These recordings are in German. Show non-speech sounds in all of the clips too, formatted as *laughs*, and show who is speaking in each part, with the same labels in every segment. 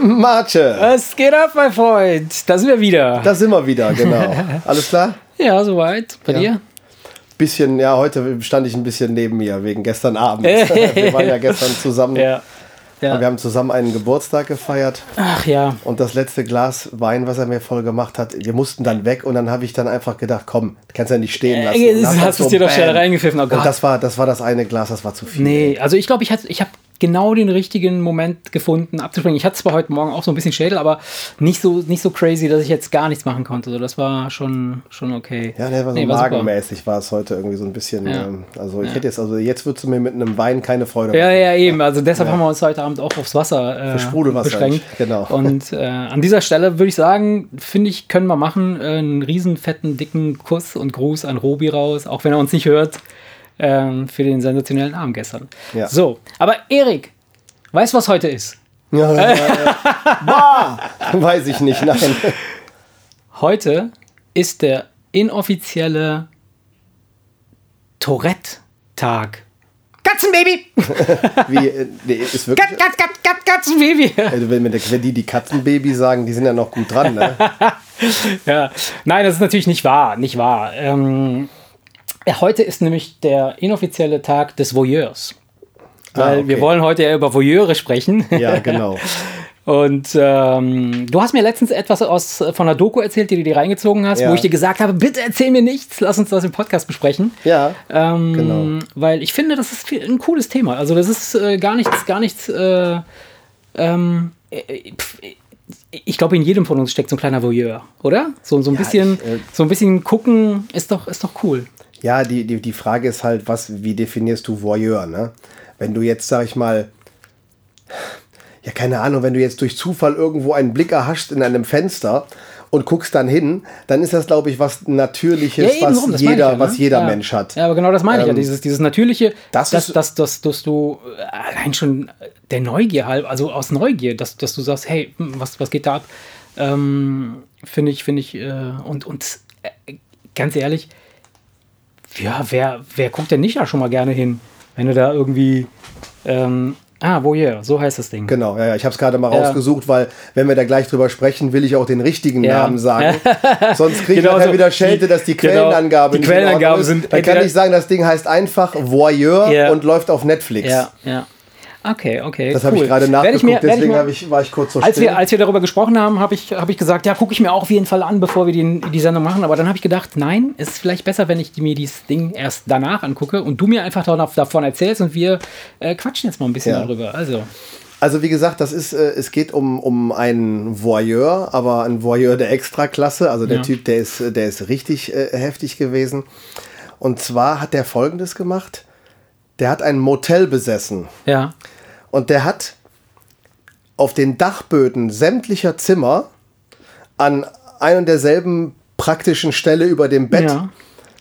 Speaker 1: Mate,
Speaker 2: Was geht ab, mein Freund? Da sind wir wieder.
Speaker 1: da sind wir wieder,
Speaker 2: *laughs*
Speaker 1: genau. Alles klar?
Speaker 2: ja, soweit. Bei dir?
Speaker 1: Bisschen, ja, heute stand ich ein bisschen neben mir wegen gestern Abend.
Speaker 2: *laughs*
Speaker 1: wir waren ja gestern zusammen.
Speaker 2: ja.
Speaker 1: Wir haben zusammen einen Geburtstag gefeiert
Speaker 2: Ach ja.
Speaker 1: und das letzte Glas Wein, was er mir voll gemacht hat, wir mussten dann weg und dann habe ich dann einfach gedacht, komm, kannst ja nicht stehen lassen.
Speaker 2: Äh,
Speaker 1: Dann
Speaker 2: hast
Speaker 1: so
Speaker 2: es dir doch
Speaker 1: bam.
Speaker 2: schnell reingepfiffen. Oh Gott.
Speaker 1: Und das war, das war das eine Glas, das war zu viel.
Speaker 2: Nee, also ich glaube, ich, hatte- ich habe genau den richtigen Moment gefunden, abzuspringen. Ich hatte zwar heute Morgen auch so ein bisschen Schädel, aber nicht so, nicht so crazy, dass ich jetzt gar nichts machen konnte. So, das war schon, schon okay.
Speaker 1: Ja, der war so
Speaker 2: Nee, super.
Speaker 1: magenmäßig, war es heute irgendwie so ein bisschen.
Speaker 2: Ja.
Speaker 1: Ähm, also ich hätte jetzt, also jetzt würdest du mir mit einem Wein keine Freude
Speaker 2: Ja, ja, eben. Also deshalb haben wir uns heute Abend auch aufs Wasser äh,
Speaker 1: Sprudelwasser,
Speaker 2: beschränkt.
Speaker 1: genau. *laughs*
Speaker 2: Und äh, an dieser Stelle würde ich sagen, finde ich, können wir machen äh, einen riesen fetten, dicken Kuss und Gruß an Robi raus, auch wenn er uns nicht hört, ähm, für den sensationellen Abend gestern.
Speaker 1: Ja.
Speaker 2: So, aber Erik, weißt du, was heute ist?
Speaker 1: Ja, ja, ja.
Speaker 2: *laughs*
Speaker 1: Bah! Weiß ich nicht, nein.
Speaker 2: Heute ist der inoffizielle Tourette-Tag. Katzenbaby!
Speaker 1: Wie, äh, nee, ist wirklich,
Speaker 2: Kat, kat, kat, kat, Katzenbaby!
Speaker 1: also wenn, mit- wenn die die Katzenbaby sagen, die sind ja noch gut dran,
Speaker 2: *laughs*
Speaker 1: ne?
Speaker 2: Ja, nein, das ist natürlich nicht wahr, nicht wahr. Ähm, ja, heute ist nämlich der inoffizielle Tag des Voyeurs. Weil
Speaker 1: Ah, okay.
Speaker 2: wir wollen heute ja über Voyeure sprechen. *laughs*
Speaker 1: Ja, genau.
Speaker 2: Und ähm, du hast mir letztens etwas aus, äh, von einer Doku erzählt, die du dir reingezogen hast,
Speaker 1: Ja.
Speaker 2: wo ich dir gesagt habe, bitte erzähl mir nichts, lass uns das im Podcast besprechen.
Speaker 1: Ja,
Speaker 2: Ähm,
Speaker 1: Genau.
Speaker 2: Weil ich finde, das ist viel- ein cooles Thema. Also das ist äh, gar nichts, gar nichts. Äh, ähm, äh, pf, ich glaube, in jedem von uns steckt so ein kleiner Voyeur, oder? So, so ein bisschen,
Speaker 1: ich, äh,
Speaker 2: so ein bisschen gucken ist doch, ist doch cool.
Speaker 1: ja die, die, die Frage ist halt, was, wie definierst du Voyeur, ne? Wenn du jetzt, sag ich mal, ja, keine Ahnung, wenn du jetzt durch Zufall irgendwo einen Blick erhascht in einem Fenster und guckst dann hin, dann ist das, glaube ich, was Natürliches,
Speaker 2: eben drum,
Speaker 1: was
Speaker 2: das meine ich
Speaker 1: jeder,
Speaker 2: ja, ne?
Speaker 1: was jeder
Speaker 2: ja.
Speaker 1: Mensch hat.
Speaker 2: Ja, aber genau das meine ich ja.
Speaker 1: Ähm,
Speaker 2: Dieses, dieses natürliche,
Speaker 1: das
Speaker 2: dass,
Speaker 1: ist-
Speaker 2: dass, dass, dass du äh, allein schon der Neugier halb, also aus Neugier, dass, dass du sagst, hey, hm, was, was geht da ab? Ähm, finde ich, finde ich, äh, und, und äh, ganz ehrlich, ja, wer, wer guckt denn nicht da schon mal gerne hin, wenn du da irgendwie, ähm, ah, Voyeur, so heißt das Ding.
Speaker 1: Genau, ja, ja, ich habe es gerade mal
Speaker 2: Ja.
Speaker 1: rausgesucht, weil wenn wir da gleich drüber sprechen, will ich auch den richtigen
Speaker 2: Ja.
Speaker 1: Namen
Speaker 2: *laughs*
Speaker 1: sagen. Sonst kriege ich
Speaker 2: Genau
Speaker 1: nachher
Speaker 2: so.
Speaker 1: wieder Schelte,
Speaker 2: Die-
Speaker 1: dass die
Speaker 2: genau,
Speaker 1: Quellenangabe
Speaker 2: die
Speaker 1: nicht in Ordnung
Speaker 2: Quellenangaben
Speaker 1: ist.
Speaker 2: sind
Speaker 1: Dann kann
Speaker 2: entweder-
Speaker 1: ich sagen, das Ding heißt einfach Voyeur
Speaker 2: Ja.
Speaker 1: und läuft auf Netflix.
Speaker 2: Ja, ja. Okay, okay.
Speaker 1: Das habe
Speaker 2: cool.
Speaker 1: ich gerade
Speaker 2: Werd
Speaker 1: nachgeguckt,
Speaker 2: mir- werd
Speaker 1: deswegen
Speaker 2: mir-
Speaker 1: hab ich, war ich kurz so
Speaker 2: Als
Speaker 1: still.
Speaker 2: wir, als wir darüber gesprochen haben, habe ich, hab ich gesagt, ja, gucke ich mir auch auf jeden Fall an, bevor wir den, die Sendung machen. Aber dann habe ich gedacht, nein, ist vielleicht besser, wenn ich mir dieses Ding erst danach angucke und du mir einfach da- davon erzählst und wir äh, quatschen jetzt mal ein bisschen
Speaker 1: Ja.
Speaker 2: darüber. Also,
Speaker 1: also wie gesagt, das ist, äh, es geht um, um einen Voyeur, aber ein Voyeur der Extraklasse. Also der
Speaker 2: Ja.
Speaker 1: Typ, der ist, äh, der ist richtig äh, heftig gewesen. Und zwar hat der Folgendes gemacht. Der hat ein Motel besessen.
Speaker 2: ja.
Speaker 1: Und der hat auf den Dachböden sämtlicher Zimmer an ein und derselben praktischen Stelle über dem Bett
Speaker 2: Ja.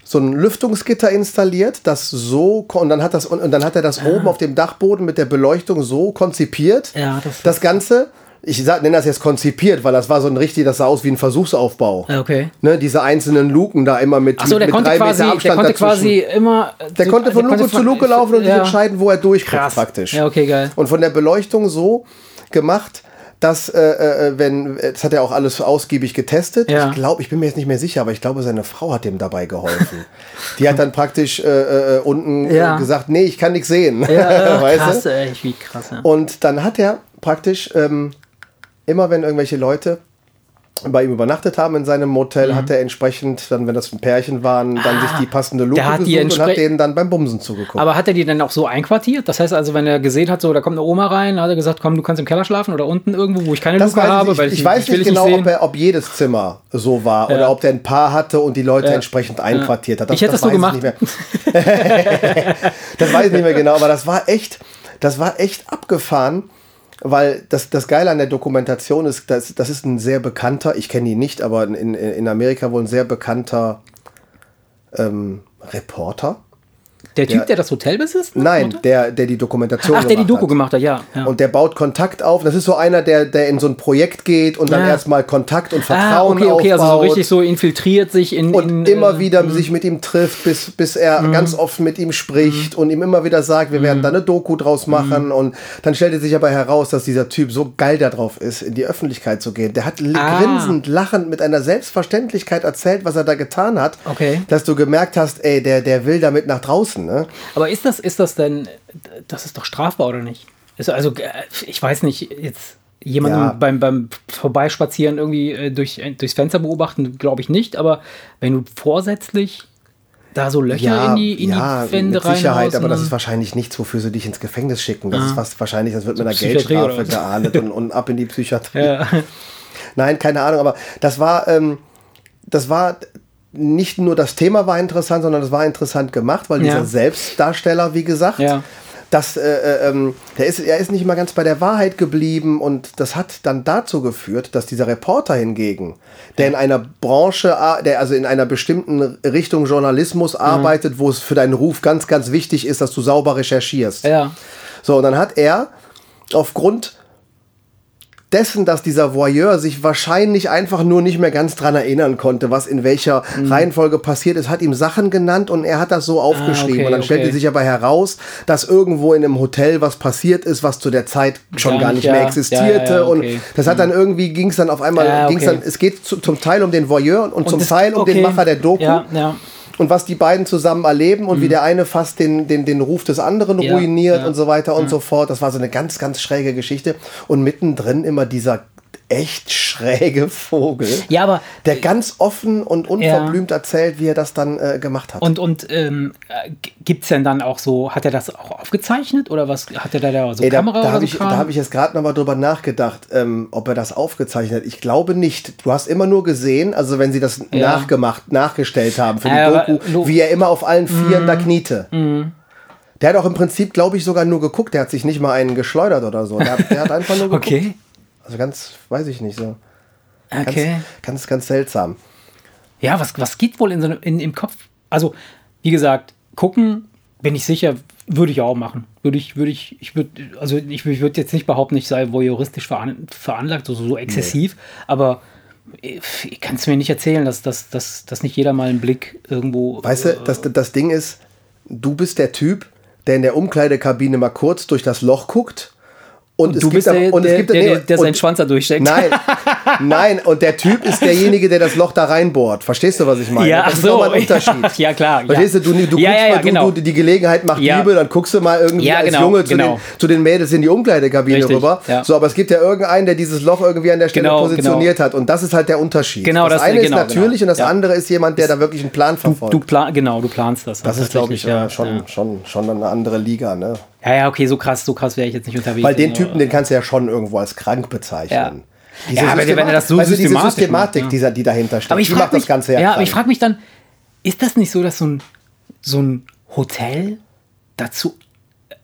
Speaker 1: so ein Lüftungsgitter installiert, das so ko- und dann hat das und, und dann hat er das
Speaker 2: Ah.
Speaker 1: oben auf dem Dachboden mit der Beleuchtung so konzipiert,
Speaker 2: Ja, das-
Speaker 1: das ganze ich sag- nenne das jetzt konzipiert, weil das war so ein richtig, das sah aus wie ein Versuchsaufbau.
Speaker 2: Ah, okay.
Speaker 1: Ne, diese einzelnen Luken da immer mit,
Speaker 2: Achso,
Speaker 1: mit,
Speaker 2: der
Speaker 1: mit
Speaker 2: konnte, quasi, der konnte quasi immer. äh,
Speaker 1: der
Speaker 2: so-
Speaker 1: konnte von Luke zu
Speaker 2: von-
Speaker 1: Luke laufen und sich
Speaker 2: ja.
Speaker 1: entscheiden, wo er durchkommt
Speaker 2: Krass.
Speaker 1: praktisch.
Speaker 2: Ja, okay, geil.
Speaker 1: Und von der Beleuchtung so gemacht, dass, äh, äh, wenn, das hat er auch alles ausgiebig getestet.
Speaker 2: Ja.
Speaker 1: Ich glaube, ich bin mir jetzt nicht mehr sicher, aber ich glaube, seine Frau hat ihm dabei geholfen. Die hat dann praktisch äh, äh, unten äh,
Speaker 2: Ja.
Speaker 1: gesagt, nee, ich kann nichts sehen. *laughs*
Speaker 2: Ja,
Speaker 1: Weißt du?
Speaker 2: krass, ey, wie krass. Ja.
Speaker 1: Und dann hat er praktisch ähm, immer, wenn irgendwelche Leute bei ihm übernachtet haben in seinem Motel,
Speaker 2: Mhm.
Speaker 1: hat er entsprechend, dann wenn das ein Pärchen waren, dann sich die passende Luke
Speaker 2: Ah, der hat die
Speaker 1: gesucht und hat
Speaker 2: entspre-
Speaker 1: denen dann beim Bumsen zugeguckt.
Speaker 2: Aber hat er die dann auch so einquartiert? Das heißt also, wenn er gesehen hat, so da kommt eine Oma rein, hat er gesagt, komm, du kannst im Keller schlafen oder unten irgendwo, wo ich keine
Speaker 1: das
Speaker 2: Luke
Speaker 1: weiß
Speaker 2: habe,
Speaker 1: ich, nicht. ich, weiß
Speaker 2: will
Speaker 1: nicht
Speaker 2: dich
Speaker 1: genau, ob,
Speaker 2: sehen.
Speaker 1: er, ob jedes Zimmer so war oder ob der ein Paar hatte und die Leute entsprechend einquartiert hat.
Speaker 2: Ich hätte das so
Speaker 1: weiß
Speaker 2: gemacht.
Speaker 1: Nicht mehr. das weiß ich nicht mehr genau, aber das war echt, das war echt abgefahren. Weil das, das Geile an der Dokumentation ist, das, das ist ein sehr bekannter, ich kenne ihn nicht, aber in, in Amerika wohl ein sehr bekannter ähm, Reporter.
Speaker 2: Der Typ,
Speaker 1: Ja.
Speaker 2: der das Hotel besitzt?
Speaker 1: Nein,
Speaker 2: Der
Speaker 1: der, der die Dokumentation
Speaker 2: Ach, der die
Speaker 1: gemacht
Speaker 2: Doku
Speaker 1: hat.
Speaker 2: gemacht hat, ja. ja. Ah,
Speaker 1: Und der baut Kontakt auf. Das ist so einer, der, der in so ein Projekt geht und dann
Speaker 2: Ah.
Speaker 1: erstmal Kontakt und
Speaker 2: ah,
Speaker 1: Vertrauen
Speaker 2: okay, okay,
Speaker 1: aufbaut.
Speaker 2: also so richtig so infiltriert sich in. in,
Speaker 1: und immer
Speaker 2: äh, Mhm.
Speaker 1: wieder sich mit ihm trifft, bis, bis er ganz offen mit ihm spricht und ihm immer wieder sagt, wir werden da eine Doku
Speaker 2: Mhm.
Speaker 1: draus machen. Und dann stellte sich aber heraus, dass dieser Typ so geil darauf ist, in die Öffentlichkeit zu gehen. Der hat li-
Speaker 2: Ah.
Speaker 1: grinsend, lachend, mit einer Selbstverständlichkeit erzählt, was er da getan hat,
Speaker 2: Okay.
Speaker 1: dass du gemerkt hast, ey, der, der will damit nach draußen. Ne?
Speaker 2: Aber ist das, ist das denn, das ist doch strafbar oder nicht? Ist also, äh, ich weiß nicht, jetzt jemanden
Speaker 1: Ja.
Speaker 2: beim, beim Vorbeispazieren irgendwie äh, durch, durchs Fenster beobachten, glaube ich nicht, aber wenn du vorsätzlich da so Löcher in die, in die Wände
Speaker 1: mit Sicherheit,
Speaker 2: reinhaust
Speaker 1: aber
Speaker 2: und
Speaker 1: das ist
Speaker 2: dann-
Speaker 1: wahrscheinlich nichts, wofür sie dich ins Gefängnis schicken. Das ist was, wahrscheinlich, das wird mit einer
Speaker 2: Ah. Psychiatrie oder
Speaker 1: Geldstrafe
Speaker 2: was?
Speaker 1: geahndet und, und ab in
Speaker 2: *laughs*
Speaker 1: die Psychiatrie. Nein, keine Ahnung, aber das war, ähm, das war nicht nur das Thema war interessant, sondern das war interessant gemacht, weil
Speaker 2: Ja.
Speaker 1: dieser Selbstdarsteller, wie gesagt,
Speaker 2: Ja.
Speaker 1: das, äh, äh, ähm, der ist, er ist nicht mal ganz bei der Wahrheit geblieben und das hat dann dazu geführt, dass dieser Reporter hingegen, der in einer Branche, ar- der also in einer bestimmten Richtung
Speaker 2: Mhm.
Speaker 1: Journalismus arbeitet, wo es für deinen Ruf ganz, ganz wichtig ist, dass du sauber recherchierst.
Speaker 2: ja, *laughs*
Speaker 1: So, und dann hat er aufgrund dessen, dass dieser Voyeur sich wahrscheinlich einfach nur nicht mehr ganz dran erinnern konnte, was in welcher
Speaker 2: Mhm.
Speaker 1: Reihenfolge passiert ist, hat ihm Sachen genannt und er hat das so aufgeschrieben.
Speaker 2: Ah, okay,
Speaker 1: und dann stellte
Speaker 2: okay.
Speaker 1: sich aber heraus, dass irgendwo in einem Hotel was passiert ist, was zu der Zeit schon gar,
Speaker 2: Gar
Speaker 1: nicht
Speaker 2: nicht,
Speaker 1: mehr
Speaker 2: ja.
Speaker 1: existierte.
Speaker 2: Ja, ja,
Speaker 1: Und
Speaker 2: okay.
Speaker 1: das hat dann irgendwie, ging es dann auf einmal,
Speaker 2: Ja,
Speaker 1: ging's
Speaker 2: okay.
Speaker 1: dann, es geht zu, zum Teil um den Voyeur und, und zum
Speaker 2: das-
Speaker 1: Teil um den
Speaker 2: okay.
Speaker 1: Macher der Doku
Speaker 2: Ja, ja.
Speaker 1: und was die beiden zusammen erleben und wie der eine fast den, den, den Ruf des anderen
Speaker 2: Mhm. Ja,
Speaker 1: ruiniert
Speaker 2: ja,
Speaker 1: und so weiter und so fort. Das war so eine ganz, ganz schräge Geschichte. Und mittendrin immer dieser echt schräge Vogel,
Speaker 2: ja, aber
Speaker 1: der ganz offen und unverblümt erzählt, wie er das dann äh, gemacht hat.
Speaker 2: und, und ähm, gibt es denn dann auch so, hat er das auch aufgezeichnet oder was, hat er da, da so
Speaker 1: Ey, da da
Speaker 2: Kamera oder
Speaker 1: habe
Speaker 2: so
Speaker 1: ich,
Speaker 2: Kram?
Speaker 1: da hab ich jetzt gerade nochmal drüber nachgedacht, ähm, ob er das aufgezeichnet hat. Ich glaube nicht. Du hast immer nur gesehen, also wenn sie das nachgemacht, nachgestellt haben für die
Speaker 2: Ja, aber
Speaker 1: Doku,
Speaker 2: lo- Mhm.
Speaker 1: wie er immer auf allen Vieren da kniete. Der hat auch im Prinzip, glaube ich, sogar nur geguckt. Der hat sich nicht mal einen geschleudert oder so. Der, hat- der hat einfach nur geguckt.
Speaker 2: okay,
Speaker 1: Also ganz, weiß ich nicht so. Ganz,
Speaker 2: okay.
Speaker 1: ganz, ganz seltsam.
Speaker 2: Ja, was, was geht wohl in so einem, in, im Kopf? Also, wie gesagt, gucken, bin ich sicher, würde ich auch machen. Würde ich, würde ich, ich würde, also ich, ich würde jetzt nicht behaupten, ich sei voyeuristisch veran, veranlagt, also so exzessiv, aber ich kann es mir nicht erzählen, dass, dass, dass, dass nicht jeder mal einen Blick irgendwo. äh,
Speaker 1: Weißt du, das, das Ding ist, du bist der Typ, der in der Umkleidekabine mal kurz durch das Loch guckt. Und, es
Speaker 2: du
Speaker 1: gibt
Speaker 2: bist
Speaker 1: am-
Speaker 2: der,
Speaker 1: und es
Speaker 2: der,
Speaker 1: gibt-
Speaker 2: der,
Speaker 1: nee,
Speaker 2: der, der seinen
Speaker 1: und-
Speaker 2: Schwanz da durchsteckt.
Speaker 1: Nein, nein, und der Typ ist derjenige, der das Loch da reinbohrt. Verstehst du, was ich meine?
Speaker 2: Ja,
Speaker 1: das
Speaker 2: ach
Speaker 1: ist
Speaker 2: so.
Speaker 1: nochmal ein Unterschied.
Speaker 2: *laughs* Ja, klar. ja.
Speaker 1: Verstehst du, du, du,
Speaker 2: ja,
Speaker 1: guckst
Speaker 2: ja, ja,
Speaker 1: mal, du,
Speaker 2: genau.
Speaker 1: du, die Gelegenheit macht
Speaker 2: Ja.
Speaker 1: Liebe, dann guckst du mal irgendwie
Speaker 2: Ja,
Speaker 1: als
Speaker 2: genau,
Speaker 1: Junge zu,
Speaker 2: genau.
Speaker 1: den, zu den Mädels in die Umkleidekabine
Speaker 2: Richtig,
Speaker 1: rüber.
Speaker 2: ja.
Speaker 1: So, aber es gibt ja irgendeinen, der dieses Loch irgendwie an der Stelle
Speaker 2: Genau,
Speaker 1: positioniert hat. Und das ist halt der Unterschied.
Speaker 2: Genau,
Speaker 1: das,
Speaker 2: das-
Speaker 1: eine
Speaker 2: genau,
Speaker 1: ist natürlich
Speaker 2: genau.
Speaker 1: und das
Speaker 2: Ja.
Speaker 1: andere ist jemand, der da wirklich einen Plan verfolgt.
Speaker 2: du plan, genau, du planst das.
Speaker 1: das ist, glaube ich,
Speaker 2: tatsächlich,
Speaker 1: äh, schon, Schon, schon eine andere Liga, ne?
Speaker 2: Ja, ja, okay, so krass, so krass wäre ich jetzt nicht unterwegs.
Speaker 1: Weil den
Speaker 2: Also,
Speaker 1: Typen, den kannst du ja schon irgendwo als krank bezeichnen.
Speaker 2: Ja. Ja, aber wenn er das so
Speaker 1: weißt du, diese
Speaker 2: systematisch
Speaker 1: Systematik,
Speaker 2: macht,
Speaker 1: dieser, die dahinter steht,
Speaker 2: Aber ich
Speaker 1: die
Speaker 2: frage
Speaker 1: macht
Speaker 2: mich,
Speaker 1: das Ganze ja,
Speaker 2: ja, aber ich
Speaker 1: krank.
Speaker 2: frage mich dann, ist das nicht so, dass so ein, so ein Hotel dazu äh,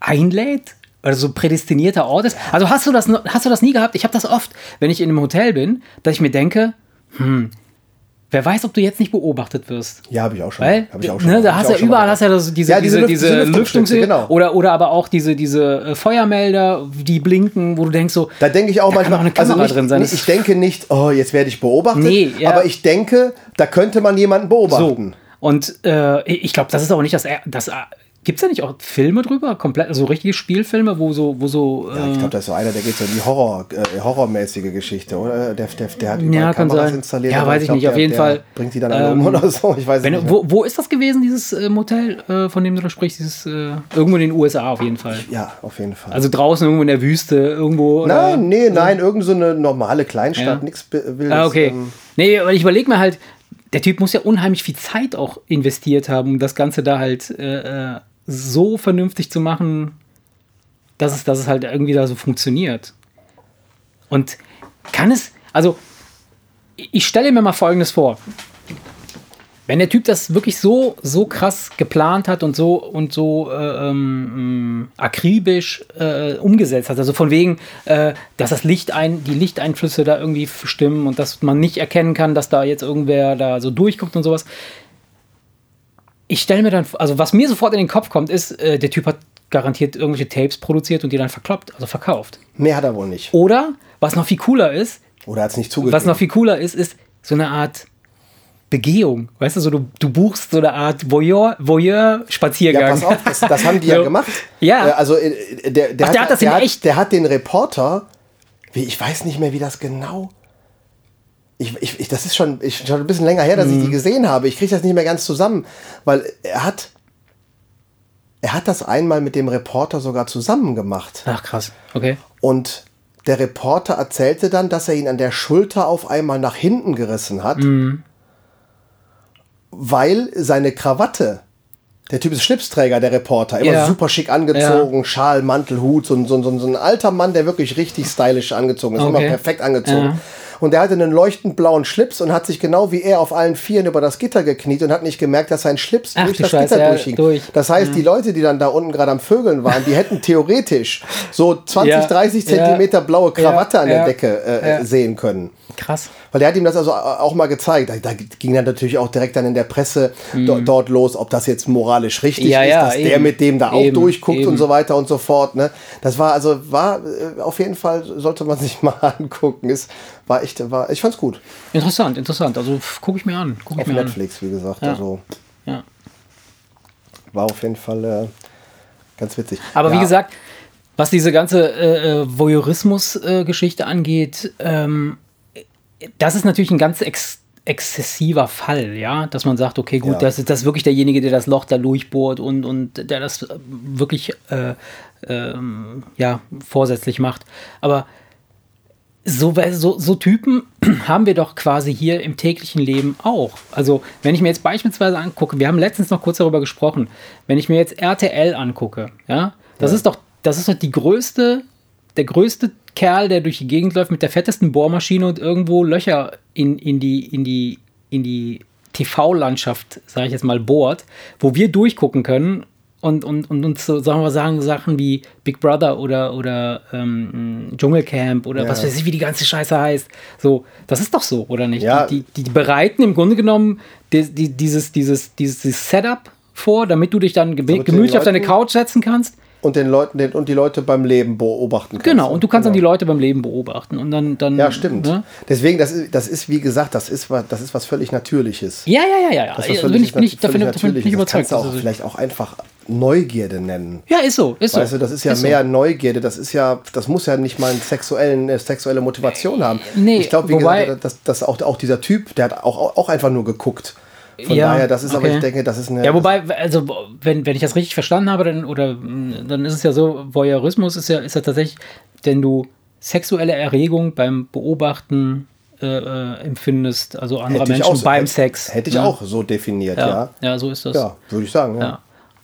Speaker 2: einlädt? Oder so ein prädestinierter Ort ist? Also hast du das, noch- hast du das nie gehabt? Ich habe das oft, wenn ich in einem Hotel bin, dass ich mir denke, hm, wer weiß, ob du jetzt nicht beobachtet wirst.
Speaker 1: Ja, habe ich auch schon.
Speaker 2: Weil,
Speaker 1: hab ich auch schon
Speaker 2: ne, da
Speaker 1: hab ich
Speaker 2: hast du
Speaker 1: auch
Speaker 2: ja
Speaker 1: schon
Speaker 2: überall
Speaker 1: mal
Speaker 2: hast ja so diese,
Speaker 1: Ja, diese
Speaker 2: diese,
Speaker 1: Lüft-
Speaker 2: diese,
Speaker 1: diese Lüftungsschlitze,
Speaker 2: Lüftungsschlitze
Speaker 1: genau.
Speaker 2: oder, oder aber auch diese, diese äh, Feuermelder, die blinken, wo du denkst so,
Speaker 1: Da denke ich auch
Speaker 2: Da kann
Speaker 1: manchmal,
Speaker 2: auch eine Kamera
Speaker 1: also nicht,
Speaker 2: drin sein.
Speaker 1: nicht- ich denke nicht, oh, jetzt werde ich beobachtet,
Speaker 2: Nee, ja.
Speaker 1: aber ich denke, da könnte man jemanden beobachten.
Speaker 2: So. Und äh, ich glaube, das ist auch nicht das. das Gibt es da nicht auch Filme drüber? Komplett, also richtige Spielfilme, wo so, wo so.
Speaker 1: Ja,
Speaker 2: äh,
Speaker 1: ich glaube, da ist so einer, der geht so in die Horror, äh, horrormäßige Geschichte, oder? Der, der, der hat überall
Speaker 2: Ja, kann
Speaker 1: Kameras
Speaker 2: sein.
Speaker 1: installiert.
Speaker 2: Ja,
Speaker 1: aber
Speaker 2: weiß ich
Speaker 1: glaub,
Speaker 2: nicht, auf
Speaker 1: der,
Speaker 2: jeden
Speaker 1: der
Speaker 2: Fall.
Speaker 1: Bringt die dann alle um
Speaker 2: Ähm,
Speaker 1: oder so, ich weiß es
Speaker 2: wenn,
Speaker 1: nicht. mehr.
Speaker 2: wo, wo ist das gewesen, dieses äh, Motel, äh, von dem du da sprichst? Dieses, äh, irgendwo in den USA auf jeden Fall.
Speaker 1: Ja, auf jeden Fall.
Speaker 2: Also draußen irgendwo in der Wüste, irgendwo. oder-
Speaker 1: nein, nee, nein, irgend so eine normale Kleinstadt,
Speaker 2: Ja.
Speaker 1: nichts wildes.
Speaker 2: Ah, okay.
Speaker 1: ähm,
Speaker 2: nee, aber ich überlege mir halt, der Typ muss ja unheimlich viel Zeit auch investiert haben, um das Ganze da halt äh, äh, so vernünftig zu machen, dass es, dass es halt irgendwie da so funktioniert. Und kann es, also ich ich stelle mir mal Folgendes vor. Wenn der Typ das wirklich so, so krass geplant hat und so und so äh, ähm, mh, akribisch äh, umgesetzt hat, also von wegen, äh, dass das Licht ein, die Lichteinflüsse da irgendwie f- stimmen und dass man nicht erkennen kann, dass da jetzt irgendwer da so durchguckt und sowas, ich stelle mir dann, also was mir sofort in den Kopf kommt, ist, äh, der Typ hat garantiert irgendwelche Tapes produziert und die dann verkloppt, also verkauft.
Speaker 1: Mehr hat er wohl nicht.
Speaker 2: Oder, was noch viel cooler ist,
Speaker 1: Oder hat es nicht
Speaker 2: was
Speaker 1: zugegeben.
Speaker 2: noch viel cooler ist, ist so eine Art Begehung. Weißt du, so du, du buchst so eine Art Voyeur, Voyeur-Spaziergang.
Speaker 1: ja, pass auf, das, das haben die ja
Speaker 2: *laughs* So.
Speaker 1: gemacht.
Speaker 2: Ja.
Speaker 1: Äh, Also, äh, der, der,
Speaker 2: Ach,
Speaker 1: hat,
Speaker 2: der hat das
Speaker 1: der
Speaker 2: in
Speaker 1: hat,
Speaker 2: echt?
Speaker 1: Der hat den Reporter, wie, ich weiß nicht mehr, wie das genau. Ich, ich, ich, das ist schon, ich, schon ein bisschen länger her, dass ich
Speaker 2: Mhm.
Speaker 1: die gesehen habe. Ich kriege das nicht mehr ganz zusammen, weil er hat, er hat das einmal mit dem Reporter sogar zusammen gemacht.
Speaker 2: Ach krass, okay.
Speaker 1: Und der Reporter erzählte dann, dass er ihn an der Schulter auf einmal nach hinten gerissen hat, weil seine Krawatte, der Typ ist Schlipsträger, der Reporter, immer
Speaker 2: Ja.
Speaker 1: super schick angezogen, Schal, Mantel, Hut, so, ein- so, ein- so, ein- so ein alter Mann, der wirklich richtig stylisch angezogen ist, immer
Speaker 2: Okay.
Speaker 1: perfekt angezogen.
Speaker 2: Ja.
Speaker 1: Und der hatte einen leuchtend blauen Schlips und hat sich genau wie er auf allen Vieren über das Gitter gekniet und hat nicht gemerkt, dass sein Schlips
Speaker 2: Ach,
Speaker 1: durch
Speaker 2: du
Speaker 1: das
Speaker 2: Scheiße,
Speaker 1: Gitter
Speaker 2: ja,
Speaker 1: durchging.
Speaker 2: durch.
Speaker 1: Das heißt, die Leute, die dann da unten gerade am Vögeln waren, die hätten theoretisch
Speaker 2: *laughs*
Speaker 1: so 20,
Speaker 2: Ja,
Speaker 1: 30
Speaker 2: ja.
Speaker 1: Zentimeter blaue Krawatte
Speaker 2: Ja,
Speaker 1: an der
Speaker 2: ja,
Speaker 1: Decke äh,
Speaker 2: ja.
Speaker 1: sehen können.
Speaker 2: Krass.
Speaker 1: Weil der hat ihm das also auch mal gezeigt. Da, da ging dann natürlich auch direkt dann in der Presse do, dort los, ob das jetzt moralisch richtig
Speaker 2: Mhm. Ja,
Speaker 1: ist,
Speaker 2: ja,
Speaker 1: dass der
Speaker 2: eben.
Speaker 1: mit dem da auch
Speaker 2: Eben,
Speaker 1: durchguckt und
Speaker 2: eben.
Speaker 1: so weiter und so fort. Ne? Das war also, war äh, auf jeden Fall, sollte man sich *laughs* mal angucken. Ist, war echt, war, ich fand's gut.
Speaker 2: Interessant, interessant. Also gucke ich mir an. Guck ich
Speaker 1: Auf
Speaker 2: mir
Speaker 1: Netflix, wie gesagt.
Speaker 2: Ja.
Speaker 1: Also
Speaker 2: An. Ja.
Speaker 1: war auf jeden Fall äh, ganz witzig.
Speaker 2: Aber wie
Speaker 1: Ja.
Speaker 2: gesagt, was diese ganze äh, äh, Voyeurismus-Geschichte angeht, ähm, das ist natürlich ein ganz ex exzessiver Fall, ja, dass man sagt, okay, gut,
Speaker 1: Ja.
Speaker 2: das ist das ist wirklich derjenige, der das Loch da durchbohrt und, und der das äh, wirklich äh, ähm, ja, vorsätzlich macht. Aber so, we- so, so Typen *clears throat* haben wir doch quasi hier im täglichen Leben auch. Also, wenn ich mir jetzt beispielsweise angucke, wir haben letztens noch kurz darüber gesprochen, wenn ich mir jetzt RTL angucke, ja, das ist doch, das ist doch die größte, der größte Kerl, der durch die Gegend läuft mit der fettesten Bohrmaschine und irgendwo Löcher in, in die, in die, in die TV-Landschaft, sage ich jetzt mal, bohrt, wo wir durchgucken können und, und, und uns so, sagen wir mal, sagen, Sachen wie Big Brother oder, oder ähm, Dschungelcamp oder
Speaker 1: Ja.
Speaker 2: was weiß ich, wie die ganze Scheiße heißt. So, das ist doch so, oder nicht?
Speaker 1: Ja.
Speaker 2: Die, die, die bereiten im Grunde genommen die, die, dieses, dieses, dieses, dieses Setup vor, damit du dich dann gem-
Speaker 1: Damit du
Speaker 2: gemütlich
Speaker 1: den
Speaker 2: auf deine
Speaker 1: Leuten-
Speaker 2: Couch setzen kannst.
Speaker 1: und den Leuten den, und die Leute beim Leben beobachten kannst.
Speaker 2: Genau, und du kannst
Speaker 1: genau.
Speaker 2: dann die Leute beim Leben beobachten und dann. dann
Speaker 1: Ja, stimmt.
Speaker 2: Ne?
Speaker 1: Deswegen, das ist, das ist, wie gesagt, das ist, wa- das ist was völlig Natürliches.
Speaker 2: Ja, ja, ja, ja. ja.
Speaker 1: Das ist was
Speaker 2: Also bin ich, bin ich, davon,
Speaker 1: völlig
Speaker 2: davon
Speaker 1: Natürliches.
Speaker 2: bin ich
Speaker 1: Das
Speaker 2: überzeugt.
Speaker 1: kannst du auch
Speaker 2: dass es-
Speaker 1: vielleicht auch einfach Neugierde nennen.
Speaker 2: ja, ist so, ist so.
Speaker 1: Weißt du, das ist ja
Speaker 2: so.
Speaker 1: mehr Neugierde, das ist ja, das muss ja nicht mal einen sexuellen, eine sexuelle Motivation haben.
Speaker 2: Nee,
Speaker 1: ich glaube, wie
Speaker 2: wobei-
Speaker 1: gesagt, dass, dass auch, auch dieser Typ, der hat auch, auch einfach nur geguckt. Von
Speaker 2: Ja,
Speaker 1: daher, das ist aber,
Speaker 2: okay.
Speaker 1: ich denke, das ist eine.
Speaker 2: Ja, wobei, also wenn, wenn ich das richtig verstanden habe, dann, oder, mh, dann ist es ja so, Voyeurismus ist ja, ist ja tatsächlich, wenn du sexuelle Erregung beim Beobachten äh, äh, empfindest, also
Speaker 1: hätte
Speaker 2: anderer
Speaker 1: ich
Speaker 2: Menschen
Speaker 1: auch so-
Speaker 2: beim
Speaker 1: hätte-
Speaker 2: Sex.
Speaker 1: Hätte ich
Speaker 2: ne?
Speaker 1: auch so definiert,
Speaker 2: Ja,
Speaker 1: ja.
Speaker 2: ja. so ist das.
Speaker 1: Ja, würde ich sagen, ja.
Speaker 2: Ja.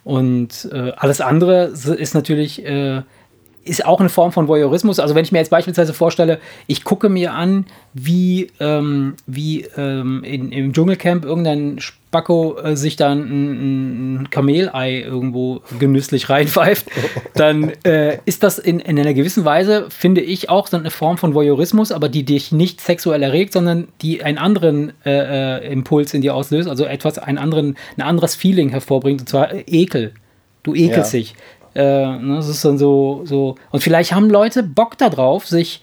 Speaker 2: Und äh, alles andere s- ist natürlich äh, ist auch eine Form von Voyeurismus. Also wenn ich mir jetzt beispielsweise vorstelle, ich gucke mir an, wie, ähm, wie ähm, in, im Dschungelcamp irgendein Spacko äh, sich dann ein, ein Kamelei irgendwo
Speaker 1: *laughs*
Speaker 2: genüsslich reinpfeift, dann äh, ist das in, in einer gewissen Weise, finde ich, auch so eine Form von Voyeurismus, aber die dich nicht sexuell erregt, sondern die einen anderen äh, äh, Impuls in dir auslöst, also etwas, einen anderen, ein anderes Feeling hervorbringt, und zwar äh, Ekel. Du ekelst
Speaker 1: Ja.
Speaker 2: dich. Äh, ne, das ist dann so, so. Und vielleicht haben Leute Bock darauf, sich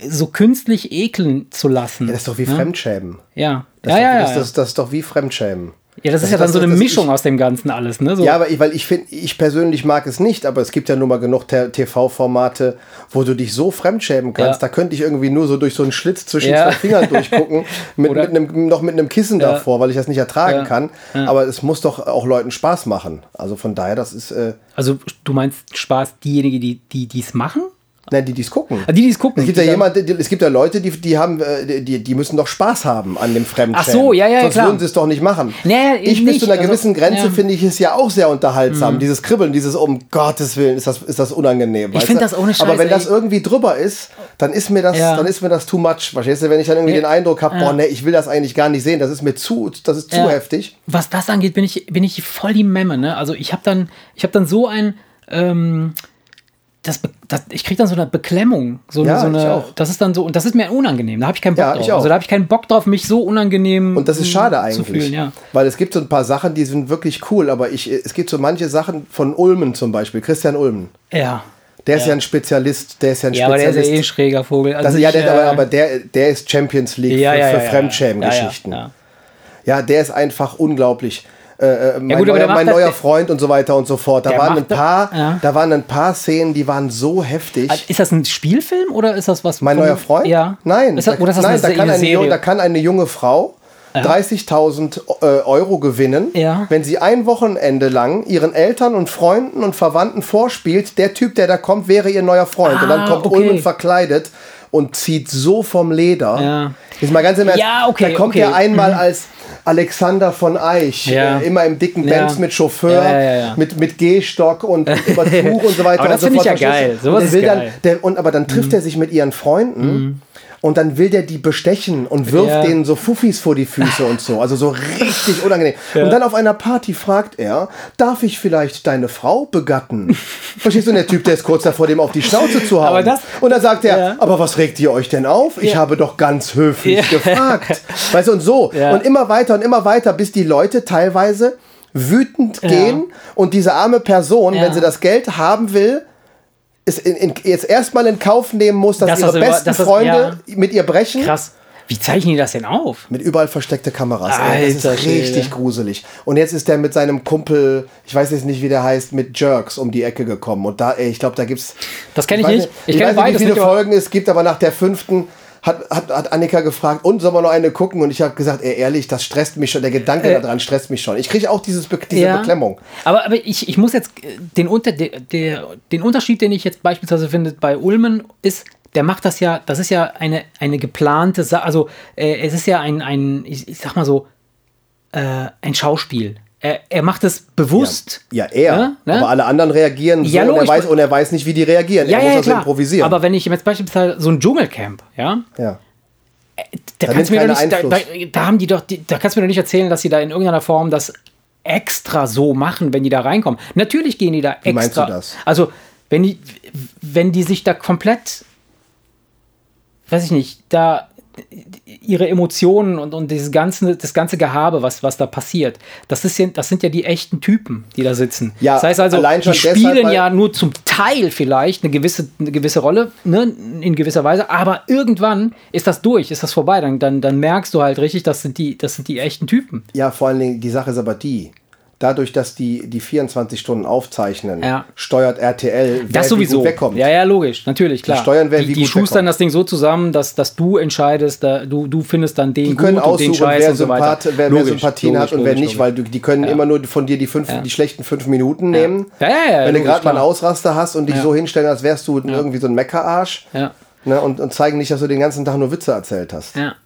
Speaker 2: so künstlich ekeln zu lassen.
Speaker 1: Das ist doch wie
Speaker 2: ne?
Speaker 1: Fremdschämen.
Speaker 2: Ja.
Speaker 1: Das,
Speaker 2: ja,
Speaker 1: ist doch-
Speaker 2: ja,
Speaker 1: das,
Speaker 2: ja.
Speaker 1: Das, das ist doch wie Fremdschämen.
Speaker 2: ja, das ist ja dann so eine Mischung aus dem Ganzen alles, ne? So,
Speaker 1: Ja, aber ich, weil ich finde, ich persönlich mag es nicht, aber es gibt ja nun mal genug Te- TV-Formate, wo du dich so fremdschämen kannst.
Speaker 2: Ja.
Speaker 1: Da könnte ich irgendwie nur so durch so einen Schlitz zwischen
Speaker 2: Ja.
Speaker 1: zwei Fingern
Speaker 2: *laughs*
Speaker 1: durchgucken, mit,
Speaker 2: Oder-
Speaker 1: mit einem, noch mit einem Kissen
Speaker 2: Ja.
Speaker 1: davor, weil ich das nicht ertragen
Speaker 2: Ja.
Speaker 1: kann. Aber es muss doch auch Leuten Spaß machen. Also von daher, das ist, äh,
Speaker 2: Also du meinst Spaß diejenigen, die die die's machen?
Speaker 1: nein, die dies gucken.
Speaker 2: Ah, Die, die es gucken.
Speaker 1: Es gibt ja
Speaker 2: die dann-
Speaker 1: jemand, die- es gibt ja Leute, die, die haben, äh, die, die müssen doch Spaß haben an dem Fremdschämen.
Speaker 2: Ach so, ja, ja,
Speaker 1: Sonst
Speaker 2: klar.
Speaker 1: würden sie es doch nicht machen.
Speaker 2: Naja,
Speaker 1: ich bis
Speaker 2: nicht,
Speaker 1: zu einer
Speaker 2: also,
Speaker 1: gewissen Grenze
Speaker 2: ja. Mhm.
Speaker 1: finde ich es ja auch sehr unterhaltsam. Dieses Kribbeln, dieses um Gottes Willen ist das, ist das unangenehm. weißt
Speaker 2: find
Speaker 1: du?
Speaker 2: das auch eine
Speaker 1: Aber
Speaker 2: Scheiße,
Speaker 1: wenn das
Speaker 2: ey.
Speaker 1: irgendwie drüber ist, dann ist mir das,
Speaker 2: Ja.
Speaker 1: dann ist mir das too much. Verstehst du, wenn ich dann irgendwie
Speaker 2: Ja.
Speaker 1: den Eindruck habe, boah, nee, ich will das eigentlich gar nicht sehen, das ist mir zu, das ist zu
Speaker 2: Ja.
Speaker 1: heftig.
Speaker 2: Was das angeht, bin ich, bin ich voll die Memme, ne? Also ich habe dann, ich habe dann so ein, ähm, das, das, ich kriege dann so eine Beklemmung. So eine,
Speaker 1: Ja,
Speaker 2: so eine,
Speaker 1: ich auch.
Speaker 2: Das ist dann so, und das ist mir unangenehm. Da habe ich keinen Bock
Speaker 1: Ja,
Speaker 2: drauf.
Speaker 1: ich auch.
Speaker 2: Also da habe ich keinen Bock drauf, mich so unangenehm
Speaker 1: Und das ist schade
Speaker 2: mh,
Speaker 1: eigentlich.
Speaker 2: Mhm. Zu fühlen, ja.
Speaker 1: Weil es gibt so ein paar Sachen, die sind wirklich cool, aber ich, es gibt so manche Sachen von Ulmen zum Beispiel, Christian Ulmen.
Speaker 2: Ja.
Speaker 1: Der ist ja ein Spezialist, der ist ja ein
Speaker 2: ja, aber der
Speaker 1: Spezialist.
Speaker 2: ist ja eh ein schräger Vogel. Also
Speaker 1: das, ja,
Speaker 2: ich,
Speaker 1: der, aber, aber der, der ist Champions League
Speaker 2: äh, ja,
Speaker 1: für,
Speaker 2: ja,
Speaker 1: für
Speaker 2: ja, ja,
Speaker 1: Fremdschämen-Geschichten.
Speaker 2: Ja, ja,
Speaker 1: Ja, der ist einfach unglaublich. Äh, äh, mein
Speaker 2: gut,
Speaker 1: neuer,
Speaker 2: aber der macht
Speaker 1: mein
Speaker 2: das-
Speaker 1: neuer
Speaker 2: der-
Speaker 1: Freund und so weiter und so fort. Da
Speaker 2: Der
Speaker 1: waren, ein
Speaker 2: macht das-
Speaker 1: paar,
Speaker 2: ja.
Speaker 1: da waren ein paar Szenen, die waren so heftig.
Speaker 2: ja. Ist das ein Spielfilm oder ist das was?
Speaker 1: mein
Speaker 2: von-
Speaker 1: neuer Freund?
Speaker 2: Ja.
Speaker 1: Nein.
Speaker 2: Ist das, oder ist das
Speaker 1: nein,
Speaker 2: eine,
Speaker 1: da, kann
Speaker 2: eine
Speaker 1: eine,
Speaker 2: Serie?
Speaker 1: junge- da kann eine junge Frau 30.000 äh, Euro gewinnen,
Speaker 2: Ja.
Speaker 1: wenn sie ein Wochenende lang ihren Eltern und Freunden und Verwandten vorspielt, der Typ, der da kommt, wäre ihr neuer Freund. und dann
Speaker 2: Ah,
Speaker 1: kommt
Speaker 2: okay.
Speaker 1: Ulmen verkleidet und zieht so vom Leder.
Speaker 2: Ja.
Speaker 1: Ist mal ganz im Ernst,
Speaker 2: Ja, okay,
Speaker 1: da kommt
Speaker 2: okay. Mhm.
Speaker 1: er einmal als Alexander von Eich,
Speaker 2: Ja.
Speaker 1: äh, immer im dicken
Speaker 2: Ja.
Speaker 1: Benz mit Chauffeur,
Speaker 2: Ja, ja, ja.
Speaker 1: Mit, mit Gehstock und
Speaker 2: *laughs*
Speaker 1: über Tuch und so weiter.
Speaker 2: Aber das
Speaker 1: und so
Speaker 2: finde ich
Speaker 1: fort.
Speaker 2: ja geil.
Speaker 1: Verstehst du?
Speaker 2: Sowas
Speaker 1: Und der
Speaker 2: ist
Speaker 1: will
Speaker 2: geil. Mhm.
Speaker 1: Dann, der, und aber dann trifft er sich mit ihren Freunden und dann will der die bestechen und wirft
Speaker 2: Ja.
Speaker 1: denen so Fuffis vor die Füße und so. Also so richtig unangenehm. Und dann auf einer Party fragt er, darf ich vielleicht deine Frau begatten? Verstehst du, und der Typ, der ist kurz davor, dem auf die Schnauze zu hauen.
Speaker 2: Aber das-
Speaker 1: und dann sagt er,
Speaker 2: Ja.
Speaker 1: aber was regt ihr euch denn auf? Ich
Speaker 2: Ja.
Speaker 1: habe doch ganz höflich
Speaker 2: Ja. *laughs*
Speaker 1: gefragt. Weißt du, und so.
Speaker 2: Ja.
Speaker 1: Und immer weiter und immer weiter, bis die Leute teilweise wütend gehen und diese arme Person,
Speaker 2: Ja.
Speaker 1: wenn sie das Geld haben will, es in, in, jetzt erstmal in Kauf nehmen muss, dass
Speaker 2: Dass
Speaker 1: ihre
Speaker 2: das über-
Speaker 1: besten
Speaker 2: dass das-
Speaker 1: Freunde mit ihr brechen.
Speaker 2: Krass. Wie zeichnen die das denn auf?
Speaker 1: Mit überall versteckte Kameras. ey. Das
Speaker 2: Alter
Speaker 1: ist richtig
Speaker 2: Schwede.
Speaker 1: gruselig. Und jetzt ist der mit seinem Kumpel, ich weiß jetzt nicht, wie der heißt, mit Jerks um die Ecke gekommen. Und da, ey, ich glaube, da gibt's.
Speaker 2: Das kenne ich
Speaker 1: weiß
Speaker 2: nicht. Ich
Speaker 1: weiß
Speaker 2: kenne
Speaker 1: nicht,
Speaker 2: beides
Speaker 1: wie
Speaker 2: nicht,
Speaker 1: viele
Speaker 2: aber-
Speaker 1: Folgen es gibt, aber nach der fünften hat, hat, hat Annika gefragt, und soll man noch eine gucken? Und ich habe gesagt, ey, ehrlich, das stresst mich schon. Der Gedanke
Speaker 2: Äh.
Speaker 1: daran stresst mich schon. Ich kriege auch dieses, Be diese Beklemmung.
Speaker 2: Aber, aber ich, ich muss jetzt äh, den, Unter, de- der, den Unterschied, den ich jetzt beispielsweise finde bei Ulmen, ist, der macht das ja, das ist ja eine, eine geplante Sache. Also äh, es ist ja ein, ein ich, ich sag mal so, äh, ein Schauspiel. Er, er macht es bewusst.
Speaker 1: Ja, er.
Speaker 2: Ja, ne?
Speaker 1: Aber alle anderen reagieren so
Speaker 2: Ja,
Speaker 1: und, er
Speaker 2: logisch.
Speaker 1: weiß, und er weiß nicht, wie die reagieren. er muss das improvisieren.
Speaker 2: Aber wenn ich jetzt beispielsweise so ein Dschungelcamp, ja,
Speaker 1: ja.
Speaker 2: da,
Speaker 1: Da
Speaker 2: kannst du mir
Speaker 1: nimmt
Speaker 2: doch nicht, da,
Speaker 1: keiner
Speaker 2: da, da haben die doch, die, da kannst du mir doch nicht erzählen, dass sie da in irgendeiner Form das extra so machen, wenn die da reinkommen. Natürlich gehen die da extra.
Speaker 1: meinst du das?
Speaker 2: Also, wenn die, wenn die sich da komplett, weiß ich nicht, da ihre Emotionen und, und dieses ganze, das ganze Gehabe, was, was da passiert, das, ist ja, das sind ja die echten Typen, die da sitzen.
Speaker 1: Ja,
Speaker 2: das heißt also,
Speaker 1: allein schon
Speaker 2: die
Speaker 1: deshalb,
Speaker 2: spielen
Speaker 1: weil-
Speaker 2: ja nur zum Teil vielleicht eine gewisse, eine gewisse Rolle, ne, in gewisser Weise, aber irgendwann ist das durch, ist das vorbei. Dann, dann, dann merkst du halt richtig, das sind die, das sind die echten Typen.
Speaker 1: Ja, vor allen Dingen, die Sache ist aber die. Dadurch, dass die, die 24 Stunden aufzeichnen,
Speaker 2: Ja.
Speaker 1: steuert RTL, wer
Speaker 2: Das
Speaker 1: wie
Speaker 2: sowieso.
Speaker 1: gut wegkommt.
Speaker 2: Ja, ja, logisch, natürlich, klar.
Speaker 1: steuern, wer
Speaker 2: die,
Speaker 1: wie
Speaker 2: die
Speaker 1: gut
Speaker 2: schustern
Speaker 1: wegkommt.
Speaker 2: das Ding so zusammen, dass, dass du entscheidest, da, du, du findest dann den
Speaker 1: die können
Speaker 2: gut und den
Speaker 1: aussuchen,
Speaker 2: Scheiß
Speaker 1: wer,
Speaker 2: und so weiter.
Speaker 1: Sympath, wer, wer Sympathien hat und wer
Speaker 2: logisch,
Speaker 1: nicht, weil du, die können immer nur von dir die, fünf, die schlechten fünf Minuten nehmen.
Speaker 2: Ja, ja, ja,
Speaker 1: Wenn du
Speaker 2: logisch,
Speaker 1: gerade mal einen
Speaker 2: klar.
Speaker 1: Ausraster hast und dich so hinstellen, als wärst du irgendwie so ein Meckerarsch
Speaker 2: Ja.
Speaker 1: ne, und, und zeigen nicht, dass du den ganzen Tag nur Witze erzählt hast.
Speaker 2: Ja.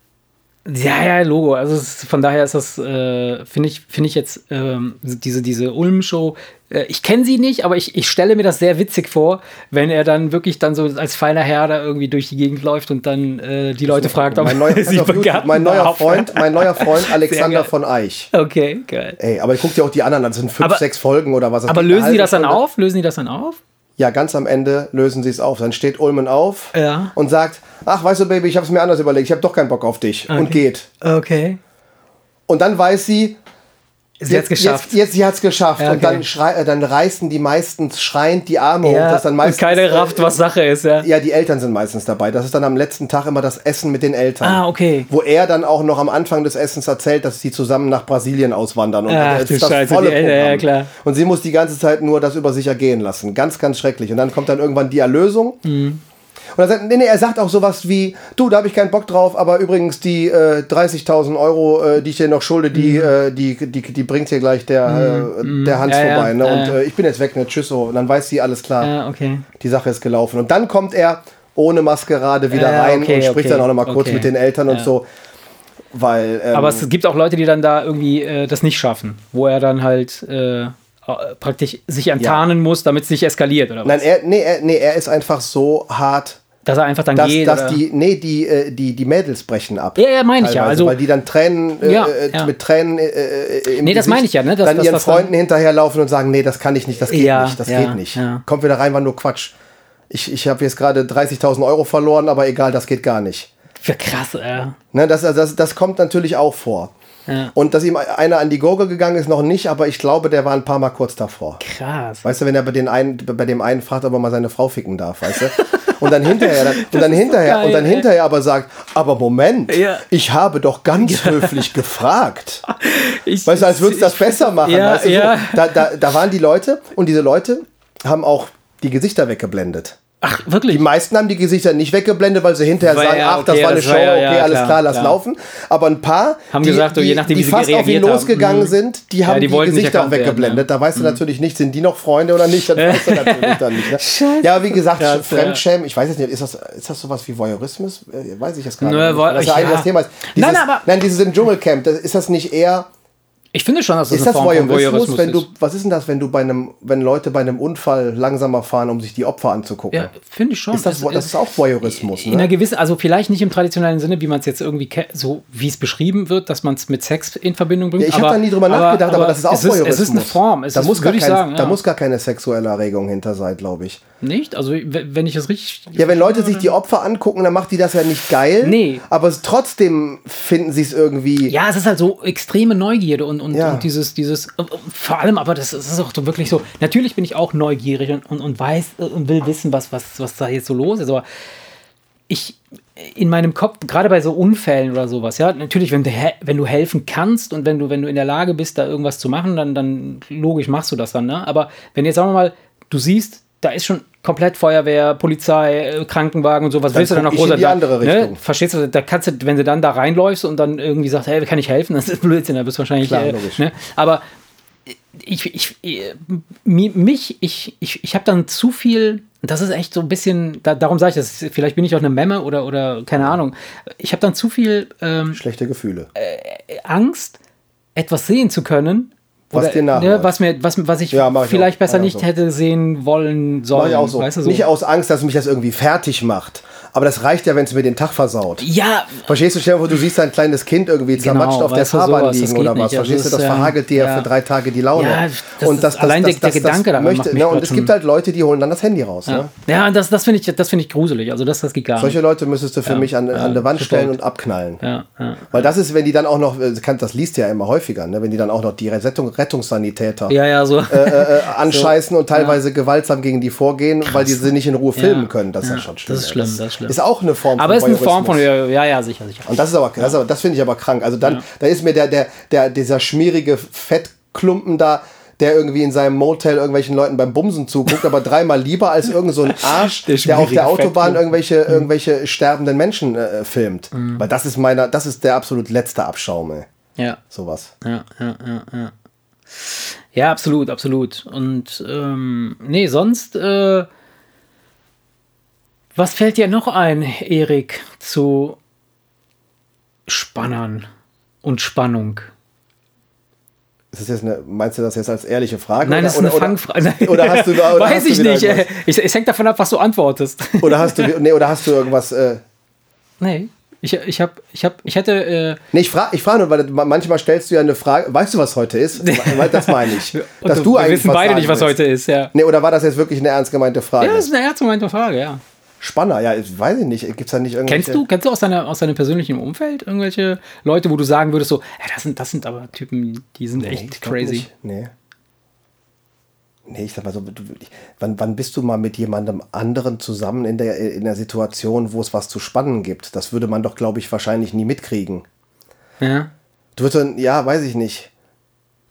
Speaker 2: Ja, ja, Logo. Also es, ist- von daher ist das, äh, finde ich, finde ich jetzt ähm, diese, diese Ulm-Show, äh, ich kenne sie nicht, aber ich, ich stelle mir das sehr witzig vor, wenn er dann wirklich dann so als feiner Herr da irgendwie durch die Gegend läuft und dann äh, die Leute fragt, ob
Speaker 1: Mein
Speaker 2: *laughs*
Speaker 1: neuer,
Speaker 2: er sie
Speaker 1: auf YouTube,
Speaker 2: begabt
Speaker 1: mein neuer
Speaker 2: darf.
Speaker 1: Freund, mein
Speaker 2: *laughs*
Speaker 1: neuer Freund Alexander
Speaker 2: geil.
Speaker 1: von Eich.
Speaker 2: Okay, geil.
Speaker 1: Ey, aber guck dir auch die anderen an, das sind fünf,
Speaker 2: Aber-
Speaker 1: sechs Folgen oder was. geht
Speaker 2: Aber
Speaker 1: eine
Speaker 2: lösen die
Speaker 1: halbe
Speaker 2: das dann
Speaker 1: Stunde.
Speaker 2: auf? Lösen die das dann auf?
Speaker 1: Ja, ganz am Ende lösen sie es auf. Dann steht Ulmen auf
Speaker 2: Ja.
Speaker 1: und sagt, ach, weißt du, Baby, ich habe es mir anders überlegt, ich habe doch keinen Bock auf dich und geht.
Speaker 2: Okay.
Speaker 1: Und dann weiß sie,
Speaker 2: Sie hat's geschafft.
Speaker 1: Jetzt, jetzt sie hat's geschafft.
Speaker 2: Ja,
Speaker 1: Und dann,
Speaker 2: okay.
Speaker 1: schrei äh, dann reißen die meistens schreiend die Arme hoch.
Speaker 2: ja,
Speaker 1: Das ist dann meistens,
Speaker 2: und keine Raft, was Sache ist, ja.
Speaker 1: Äh, ja, die Eltern sind meistens dabei. Das ist dann am letzten Tag immer das Essen mit den Eltern.
Speaker 2: Ah, okay.
Speaker 1: Wo er dann auch noch am Anfang des Essens erzählt, dass sie zusammen nach Brasilien auswandern. Und
Speaker 2: Ach,
Speaker 1: das
Speaker 2: du
Speaker 1: ist das
Speaker 2: Scheiße,
Speaker 1: volle
Speaker 2: die Eltern,
Speaker 1: Programm.
Speaker 2: ja, klar.
Speaker 1: Und sie muss die ganze Zeit nur das über sich ergehen lassen. Ganz, ganz schrecklich. Und dann kommt dann irgendwann die Erlösung.
Speaker 2: Mhm.
Speaker 1: Und er sagt, nee, nee, er sagt auch sowas wie, du, da habe ich keinen Bock drauf, aber übrigens die äh, 30.000 Euro, äh, die ich dir noch schulde, die,
Speaker 2: Mhm.
Speaker 1: äh, die, die, die bringt hier gleich der, äh, der Hans
Speaker 2: Ja, Mhm. ja,
Speaker 1: vorbei. ne?
Speaker 2: ja,
Speaker 1: Und
Speaker 2: ja.
Speaker 1: äh, ich bin jetzt weg, ne? Tschüss. So. Und dann weiß sie, alles klar
Speaker 2: Ja, okay.
Speaker 1: die Sache ist gelaufen. Und dann kommt er ohne Maskerade wieder
Speaker 2: Ja,
Speaker 1: rein
Speaker 2: okay,
Speaker 1: und spricht
Speaker 2: okay,
Speaker 1: dann auch noch mal kurz
Speaker 2: okay.
Speaker 1: mit den Eltern und
Speaker 2: Ja.
Speaker 1: so. Weil, ähm,
Speaker 2: Aber es gibt auch Leute, die dann da irgendwie äh, das nicht schaffen, wo er dann halt äh, äh, praktisch sich enttarnen muss, damit es nicht eskaliert oder was.
Speaker 1: nein, er, nee, er, nee, er ist einfach so hart,
Speaker 2: dass er einfach dann
Speaker 1: dass,
Speaker 2: geht.
Speaker 1: dass
Speaker 2: oder-
Speaker 1: die, nee, die, äh, die, die Mädels brechen ab.
Speaker 2: Ja, ja, meine ich ja.
Speaker 1: Teilweise,
Speaker 2: Also-
Speaker 1: weil die dann Tränen, äh,
Speaker 2: Ja,
Speaker 1: äh,
Speaker 2: ja.
Speaker 1: mit Tränen äh, äh, im
Speaker 2: Nee, das
Speaker 1: Gesicht
Speaker 2: meine ich ja, ne, dass-
Speaker 1: dann
Speaker 2: dass
Speaker 1: ihren
Speaker 2: das dann-
Speaker 1: Freunden hinterherlaufen und sagen, nee, das kann ich nicht, das geht
Speaker 2: Ja,
Speaker 1: nicht, das
Speaker 2: ja,
Speaker 1: geht nicht.
Speaker 2: ja.
Speaker 1: Kommt wieder rein, war nur Quatsch. ich, ich habe jetzt gerade 30.000 Euro verloren, aber egal, das geht gar nicht.
Speaker 2: Für krass, äh.
Speaker 1: Ne, das, also das, das kommt natürlich auch vor.
Speaker 2: Ja.
Speaker 1: Und dass ihm einer an die Gurgel gegangen ist, noch nicht, aber ich glaube, der war ein paar Mal kurz davor.
Speaker 2: Krass.
Speaker 1: Weißt du, wenn er bei, den einen, bei dem einen fragt, ob er mal seine Frau ficken darf, weißt du? Und dann
Speaker 2: *laughs*
Speaker 1: hinterher, dann, und dann hinterher,
Speaker 2: geil,
Speaker 1: und dann
Speaker 2: ey.
Speaker 1: hinterher aber sagt, aber Moment,
Speaker 2: Ja.
Speaker 1: ich habe doch ganz höflich gefragt.
Speaker 2: *laughs* Ich,
Speaker 1: Weißt du, als würdest du das besser machen.
Speaker 2: Ja,
Speaker 1: weißt du,
Speaker 2: ja.
Speaker 1: so. da, da, da waren die Leute und diese Leute haben auch die Gesichter weggeblendet.
Speaker 2: Ach,
Speaker 1: Die
Speaker 2: wirklich?
Speaker 1: meisten haben die Gesichter nicht weggeblendet, weil sie hinterher
Speaker 2: Weil,
Speaker 1: sagen,
Speaker 2: ja,
Speaker 1: ach, das
Speaker 2: okay,
Speaker 1: war eine
Speaker 2: das
Speaker 1: Show,
Speaker 2: war ja-
Speaker 1: okay,
Speaker 2: ja,
Speaker 1: alles
Speaker 2: klar,
Speaker 1: klar, lass
Speaker 2: klar.
Speaker 1: laufen. Aber ein paar,
Speaker 2: Haben
Speaker 1: die,
Speaker 2: gesagt, so,
Speaker 1: die,
Speaker 2: je nachdem,
Speaker 1: die
Speaker 2: wie sie
Speaker 1: fast auf ihn
Speaker 2: reagiert haben.
Speaker 1: losgegangen
Speaker 2: Mhm.
Speaker 1: sind, die
Speaker 2: Ja,
Speaker 1: haben
Speaker 2: die
Speaker 1: die,
Speaker 2: wollten nicht
Speaker 1: Gesichter
Speaker 2: erkannt werden, ne? Mhm.
Speaker 1: weggeblendet. Da weißt du natürlich nicht, sind die noch Freunde oder nicht, das weißt
Speaker 2: *laughs*
Speaker 1: du natürlich dann nicht. Ne? Ja, wie gesagt,
Speaker 2: Krass,
Speaker 1: Fremdschämen, ich weiß jetzt nicht, ist das, ist das sowas wie Voyeurismus? Äh, Weiß ich jetzt gar
Speaker 2: Nö,
Speaker 1: nicht.
Speaker 2: weil-
Speaker 1: das ist ja
Speaker 2: ja.
Speaker 1: eigentlich das Thema. Ist.
Speaker 2: Nein,
Speaker 1: Dieses,
Speaker 2: aber-
Speaker 1: nein, dieses im Dschungelcamp, das, ist das nicht eher
Speaker 2: Ich finde schon, dass das
Speaker 1: ist
Speaker 2: eine
Speaker 1: das
Speaker 2: Form
Speaker 1: Voyeurismus,
Speaker 2: von Voyeurismus
Speaker 1: wenn du,
Speaker 2: ist.
Speaker 1: was ist denn das, wenn du bei einem, wenn Leute bei einem Unfall langsamer fahren, um sich die Opfer anzugucken?
Speaker 2: Ja, finde ich schon.
Speaker 1: Ist das,
Speaker 2: Es-
Speaker 1: das ist auch Voyeurismus,
Speaker 2: In einer
Speaker 1: ne?
Speaker 2: gewissen, also vielleicht nicht im traditionellen Sinne, wie man es jetzt irgendwie ke- so, wie es beschrieben wird, dass man es mit Sex in Verbindung bringt.
Speaker 1: Ja, ich habe
Speaker 2: aber-
Speaker 1: da nie drüber nachgedacht, aber, das ist auch
Speaker 2: es
Speaker 1: Voyeurismus.
Speaker 2: Es ist eine Form. Es
Speaker 1: da,
Speaker 2: ist,
Speaker 1: muss gar
Speaker 2: würde ich
Speaker 1: kein,
Speaker 2: sagen,
Speaker 1: da
Speaker 2: ja.
Speaker 1: muss gar keine sexuelle Erregung hinter sein, glaube ich.
Speaker 2: Nicht? Also, w- wenn ich es richtig.
Speaker 1: Ja, wenn Leute sich die Opfer angucken, dann macht die das ja nicht geil.
Speaker 2: Nee.
Speaker 1: Aber es, trotzdem finden sie es irgendwie.
Speaker 2: Ja, es ist halt so extreme Neugierde und, und,
Speaker 1: Ja.
Speaker 2: und dieses, dieses, äh, vor allem, aber das, ist- das ist auch so wirklich so, natürlich bin ich auch neugierig und, und, und weiß äh, und will wissen, was, was, was da jetzt so los ist, aber ich, in meinem Kopf, gerade bei so Unfällen oder sowas, ja, natürlich, wenn du, he- wenn du helfen kannst und wenn du, wenn du in der Lage bist, da irgendwas zu machen, dann, dann logisch machst du das dann, ne? Aber wenn jetzt, sagen wir mal, du siehst, da ist schon komplett Feuerwehr, Polizei, äh, Krankenwagen und sowas, willst du dann noch ne?
Speaker 1: guck ich in
Speaker 2: großer
Speaker 1: die andere Richtung.
Speaker 2: verstehst du, da kannst du, wenn du dann da reinläufst und dann irgendwie sagst, hey, kann ich helfen, *laughs* das ist Blödsinn, da bist du wahrscheinlich.
Speaker 1: Klar,
Speaker 2: äh,
Speaker 1: logisch.
Speaker 2: ne? Aber ich, ich, ich mi- mich, ich, ich, ich habe dann zu viel, das ist echt so ein bisschen, da, darum sage ich das, vielleicht bin ich auch eine Memme oder, oder keine Ahnung. Ich habe dann zu viel ähm,
Speaker 1: Schlechte Gefühle.
Speaker 2: Angst, etwas sehen zu können. ne,
Speaker 1: Was dir nachläuft.
Speaker 2: was, mir, was, was ich
Speaker 1: Ja, mach ich
Speaker 2: vielleicht
Speaker 1: auch.
Speaker 2: besser
Speaker 1: Mach ich
Speaker 2: nicht
Speaker 1: auch so.
Speaker 2: hätte sehen wollen sollen.
Speaker 1: Mach ich auch so.
Speaker 2: Weißt du, so.
Speaker 1: Nicht aus Angst, dass mich das irgendwie fertig macht. Aber das reicht ja, wenn es mir den Tag versaut.
Speaker 2: ja,
Speaker 1: Verstehst du, stell dir vor, du siehst ein kleines Kind irgendwie zermatscht auf der
Speaker 2: Genau, weißt du,
Speaker 1: Fahrbahn
Speaker 2: sowas, das
Speaker 1: liegen
Speaker 2: geht
Speaker 1: oder was?
Speaker 2: nicht. Also
Speaker 1: Verstehst du,
Speaker 2: das
Speaker 1: das
Speaker 2: ist, ähm,
Speaker 1: verhagelt dir
Speaker 2: ja.
Speaker 1: für drei Tage die Laune.
Speaker 2: Ja, das ist- allein der- der Gedanke daran macht
Speaker 1: möchte,
Speaker 2: mich
Speaker 1: ne?
Speaker 2: grad
Speaker 1: Und es
Speaker 2: schon-
Speaker 1: gibt halt Leute, die holen dann das Handy raus. Ne?
Speaker 2: ja, das, das finde ich, das finde ich gruselig. Also das, das geht gar
Speaker 1: Solche Leute müsstest du für mich an, an die Wand
Speaker 2: sofort.
Speaker 1: stellen und abknallen.
Speaker 2: nicht. Ja, ja.
Speaker 1: Weil das ist, wenn die dann auch noch, äh, kann- das liest du ja immer häufiger, ne? wenn die dann auch noch die Rettung, Rettungssanitäter
Speaker 2: ja, ja, so. *laughs*
Speaker 1: äh, äh, anscheißen und teilweise gewaltsam gegen die vorgehen, weil die sie nicht in Ruhe filmen können. Das ist ja, schon schlimm.
Speaker 2: das ist
Speaker 1: ey.
Speaker 2: schlimm, das ist schlimm.
Speaker 1: Ist auch eine Form
Speaker 2: aber es ist eine Form von,
Speaker 1: Voyeurismus.
Speaker 2: ja, ja, sicher, sicher.
Speaker 1: Und das ist aber, das, ist aber- das finde ich aber krank. Also dann, da ist mir der, der, der, dieser schmierige Fettklumpen da, der irgendwie in seinem Motel irgendwelchen Leuten beim Bumsen zuguckt, aber dreimal lieber als irgend so ein Arsch,
Speaker 2: *laughs*
Speaker 1: der,
Speaker 2: Der
Speaker 1: auf
Speaker 2: schmierige
Speaker 1: der Autobahn
Speaker 2: Fettklumpen. Mhm.
Speaker 1: irgendwelche, irgendwelche sterbenden Menschen äh, filmt. Weil das ist meiner, das ist der absolut letzte Abschaum, ey.
Speaker 2: Ja,
Speaker 1: Sowas.
Speaker 2: ja, ja, ja, ja. Ja, absolut, absolut. Und ähm, nee, sonst, äh, was fällt dir noch ein, Erik, zu Spannern und Spannung?
Speaker 1: Ist das jetzt eine, meinst du das jetzt als ehrliche Frage?
Speaker 2: Nein,
Speaker 1: oder,
Speaker 2: das ist
Speaker 1: oder,
Speaker 2: eine Fangfrage. Nein.
Speaker 1: oder hast du da- oder
Speaker 2: *laughs* Weiß
Speaker 1: hast du
Speaker 2: ich
Speaker 1: wieder
Speaker 2: nicht.
Speaker 1: irgendwas?
Speaker 2: Ich, es hängt davon ab, was du *laughs* antwortest.
Speaker 1: Oder, oder hast du, nee, oder hast du irgendwas, äh,
Speaker 2: nee. Ich, ich hab, ich hab, ich hätte, äh,
Speaker 1: Nee, ich frage ich frag nur, weil manchmal stellst du ja eine Frage, weißt du, was heute ist? Weil das meine
Speaker 2: *laughs*
Speaker 1: ich.
Speaker 2: und
Speaker 1: Dass du
Speaker 2: wir
Speaker 1: eigentlich
Speaker 2: wissen
Speaker 1: was
Speaker 2: beide
Speaker 1: sagen
Speaker 2: nicht, was
Speaker 1: willst.
Speaker 2: heute ist, ja.
Speaker 1: Nee, oder war das jetzt wirklich eine ernst gemeinte Frage?
Speaker 2: Ja, das ist eine ernst gemeinte Frage, ja.
Speaker 1: Spanner, ja, ich weiß ich nicht. Gibt's da nicht irgendwelche...
Speaker 2: Kennst du, kennst du aus, deiner, aus deinem persönlichen Umfeld irgendwelche Leute, wo du sagen würdest, so, ja, das, sind, das sind aber Typen, die sind
Speaker 1: Nee, ich
Speaker 2: echt
Speaker 1: glaub
Speaker 2: crazy.
Speaker 1: Nicht. Nee. Nee, ich sag mal so, du, wann, wann bist du mal mit jemandem anderen zusammen in der, in der Situation, wo es was zu spannen gibt? Das würde man doch, glaube ich, wahrscheinlich nie mitkriegen.
Speaker 2: Ja.
Speaker 1: Du würdest dann, ja, weiß ich nicht.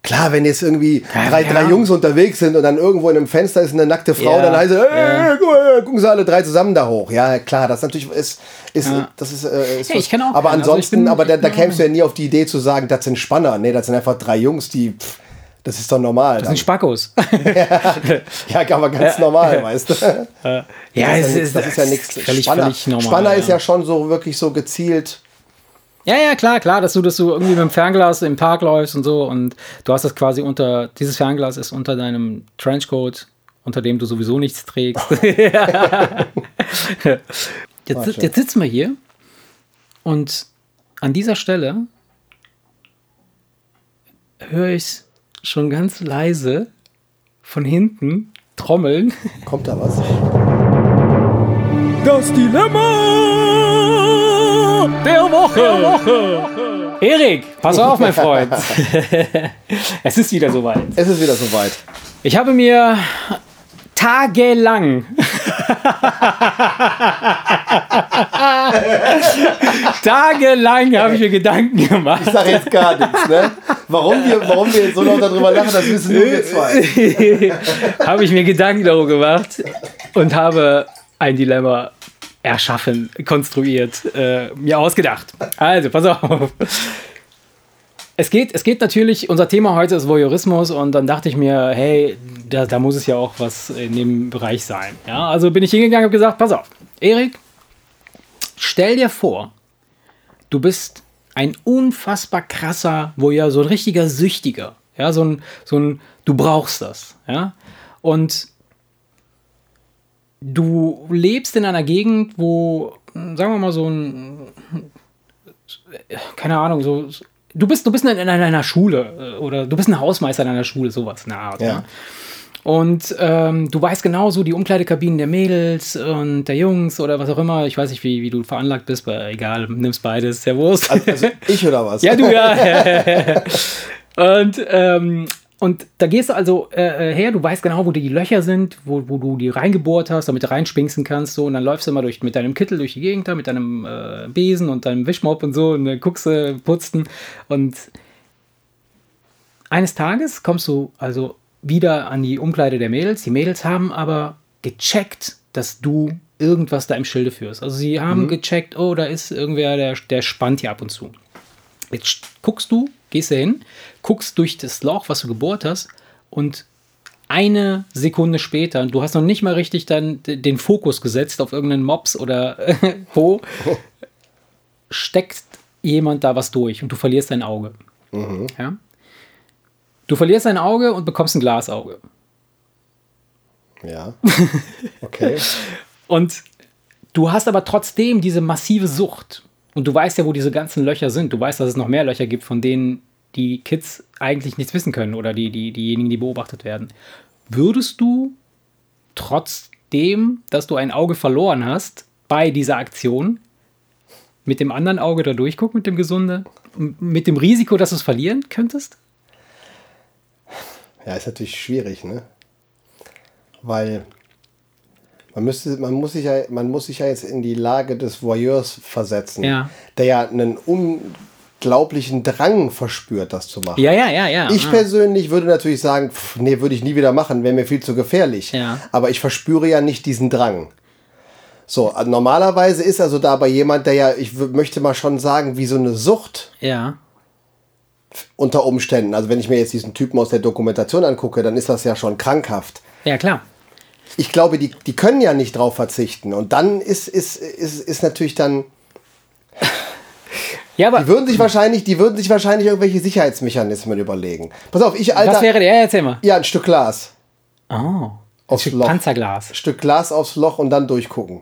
Speaker 1: Klar, wenn jetzt irgendwie
Speaker 2: Ja,
Speaker 1: drei,
Speaker 2: ja.
Speaker 1: drei Jungs unterwegs sind und dann irgendwo in einem Fenster ist eine nackte Frau,
Speaker 2: Ja,
Speaker 1: dann heißt es, äh, guck mal, äh, gucken sie alle drei zusammen da hoch. Ja, klar, das natürlich ist, ist, das ist, äh, ist
Speaker 2: Ja, ich kenn auch
Speaker 1: aber
Speaker 2: keinen. Also ich
Speaker 1: ansonsten,
Speaker 2: bin-
Speaker 1: aber da, da
Speaker 2: ich-
Speaker 1: kämst du ja nie auf die Idee zu sagen, das sind Spanner. Nee, das sind einfach drei Jungs, die, pff, das ist doch normal.
Speaker 2: Das sind Spackos. *laughs*
Speaker 1: dann. ja, aber ganz normal, weißt du.
Speaker 2: ja,
Speaker 1: das,
Speaker 2: es
Speaker 1: ist, das ist ja nichts.
Speaker 2: Völlig,
Speaker 1: Spanner,
Speaker 2: völlig normal.
Speaker 1: Spanner ist ja schon so wirklich so gezielt.
Speaker 2: Ja, ja, klar, klar, dass du, dass du irgendwie mit dem Fernglas im Park läufst und so und du hast das quasi unter, dieses Fernglas ist unter deinem Trenchcoat, unter dem du sowieso nichts trägst. *laughs* jetzt, sit- jetzt sitzen wir hier und an dieser Stelle höre ich schon ganz leise von hinten trommeln.
Speaker 1: Kommt da was?
Speaker 2: Das Dilemma der Woche. Der Woche. Erik, pass auf, mein Freund. es ist wieder soweit.
Speaker 1: Es ist wieder soweit.
Speaker 2: Ich habe mir *laughs* tagelang. tagelang habe ich mir Gedanken gemacht.
Speaker 1: Ich sage jetzt gar nichts, ne? Warum wir, warum wir jetzt so laut darüber lachen, das wissen nur wir zwei.
Speaker 2: *laughs* habe ich mir Gedanken darüber gemacht und habe ein Dilemma erschaffen, konstruiert, äh, mir ausgedacht. Also, pass auf. Es geht, es geht natürlich, unser Thema heute ist Voyeurismus und dann dachte ich mir, hey, da, da muss es ja auch was in dem Bereich sein. Ja, also bin ich hingegangen und habe gesagt, pass auf, Erik, stell dir vor, du bist ein unfassbar krasser Voyeur, so ein richtiger Süchtiger. Ja, so ein, so ein, du brauchst das. Ja, und du lebst in einer Gegend, wo, sagen wir mal, so ein, keine Ahnung, so, du bist, du bist in, in einer Schule äh, oder du bist ein Hausmeister in einer Schule, sowas, eine Art.
Speaker 1: Ja.
Speaker 2: Ne? Und ähm, du weißt genauso die Umkleidekabinen der Mädels und der Jungs oder was auch immer. Ich weiß nicht, wie, wie du veranlagt bist, aber egal, nimmst beides, ist ja Wurst.
Speaker 1: Also ich oder was?
Speaker 2: Ja, du, ja. und, ähm, und da gehst du also äh, äh, her, du weißt genau, wo die Löcher sind, wo, wo du die reingebohrt hast, damit du reinspinksen kannst. So, und dann läufst du immer durch, mit deinem Kittel durch die Gegend, da, mit deinem äh, Besen und deinem Wischmopp und so und dann guckst du, putzen. Und eines Tages kommst du also wieder an die Umkleide der Mädels. Die Mädels haben aber gecheckt, dass du irgendwas da im Schilde führst. Also sie haben gecheckt, oh, da ist irgendwer, der, der spannt hier ab und zu. Jetzt guckst du, gehst da hin, guckst durch das Loch, was du gebohrt hast, und eine Sekunde später, du hast noch nicht mal richtig dann d- den Fokus gesetzt auf irgendeinen Mops oder *laughs* wo, steckt jemand da was durch und du verlierst dein Auge. Ja? Du verlierst dein Auge und bekommst ein Glasauge.
Speaker 1: Ja. Okay.
Speaker 2: Und du hast aber trotzdem diese massive Sucht. Und du weißt ja, wo diese ganzen Löcher sind. Du weißt, dass es noch mehr Löcher gibt, von denen die Kids eigentlich nichts wissen können oder die, die, diejenigen, die beobachtet werden. Würdest du trotzdem, dass du ein Auge verloren hast bei dieser Aktion, mit dem anderen Auge da durchgucken, mit dem gesunde, m- mit dem Risiko, dass du es verlieren könntest?
Speaker 1: Ja, ist natürlich schwierig, ne? Weil man müsste, man muss sich ja, man muss sich ja jetzt in die Lage des Voyeurs versetzen,
Speaker 2: Ja.
Speaker 1: der ja einen unglaublichen Drang verspürt, das zu machen.
Speaker 2: Ja, ja, ja, ja.
Speaker 1: Ich
Speaker 2: Ah.
Speaker 1: persönlich würde natürlich sagen, pff, nee, würde ich nie wieder machen, wäre mir viel zu gefährlich.
Speaker 2: Ja.
Speaker 1: Aber ich verspüre ja nicht diesen Drang. So, äh, normalerweise ist also da aber jemand, der ja, ich w- möchte mal schon sagen, wie so eine Sucht
Speaker 2: ja.
Speaker 1: unter Umständen. Also wenn ich mir jetzt diesen Typen aus der Dokumentation angucke, dann ist das ja schon krankhaft.
Speaker 2: Ja, klar.
Speaker 1: Ich glaube, die, die können ja nicht drauf verzichten. Und dann ist, ist, ist, ist natürlich dann.
Speaker 2: Ja, aber
Speaker 1: Die würden sich wahrscheinlich, die würden sich wahrscheinlich irgendwelche Sicherheitsmechanismen überlegen. Pass auf, ich,
Speaker 2: was
Speaker 1: Alter.
Speaker 2: wäre der? Ja, erzähl mal.
Speaker 1: ja, ein Stück Glas.
Speaker 2: Oh.
Speaker 1: Aufs Loch.
Speaker 2: Panzerglas.
Speaker 1: Stück Glas aufs Loch und dann durchgucken.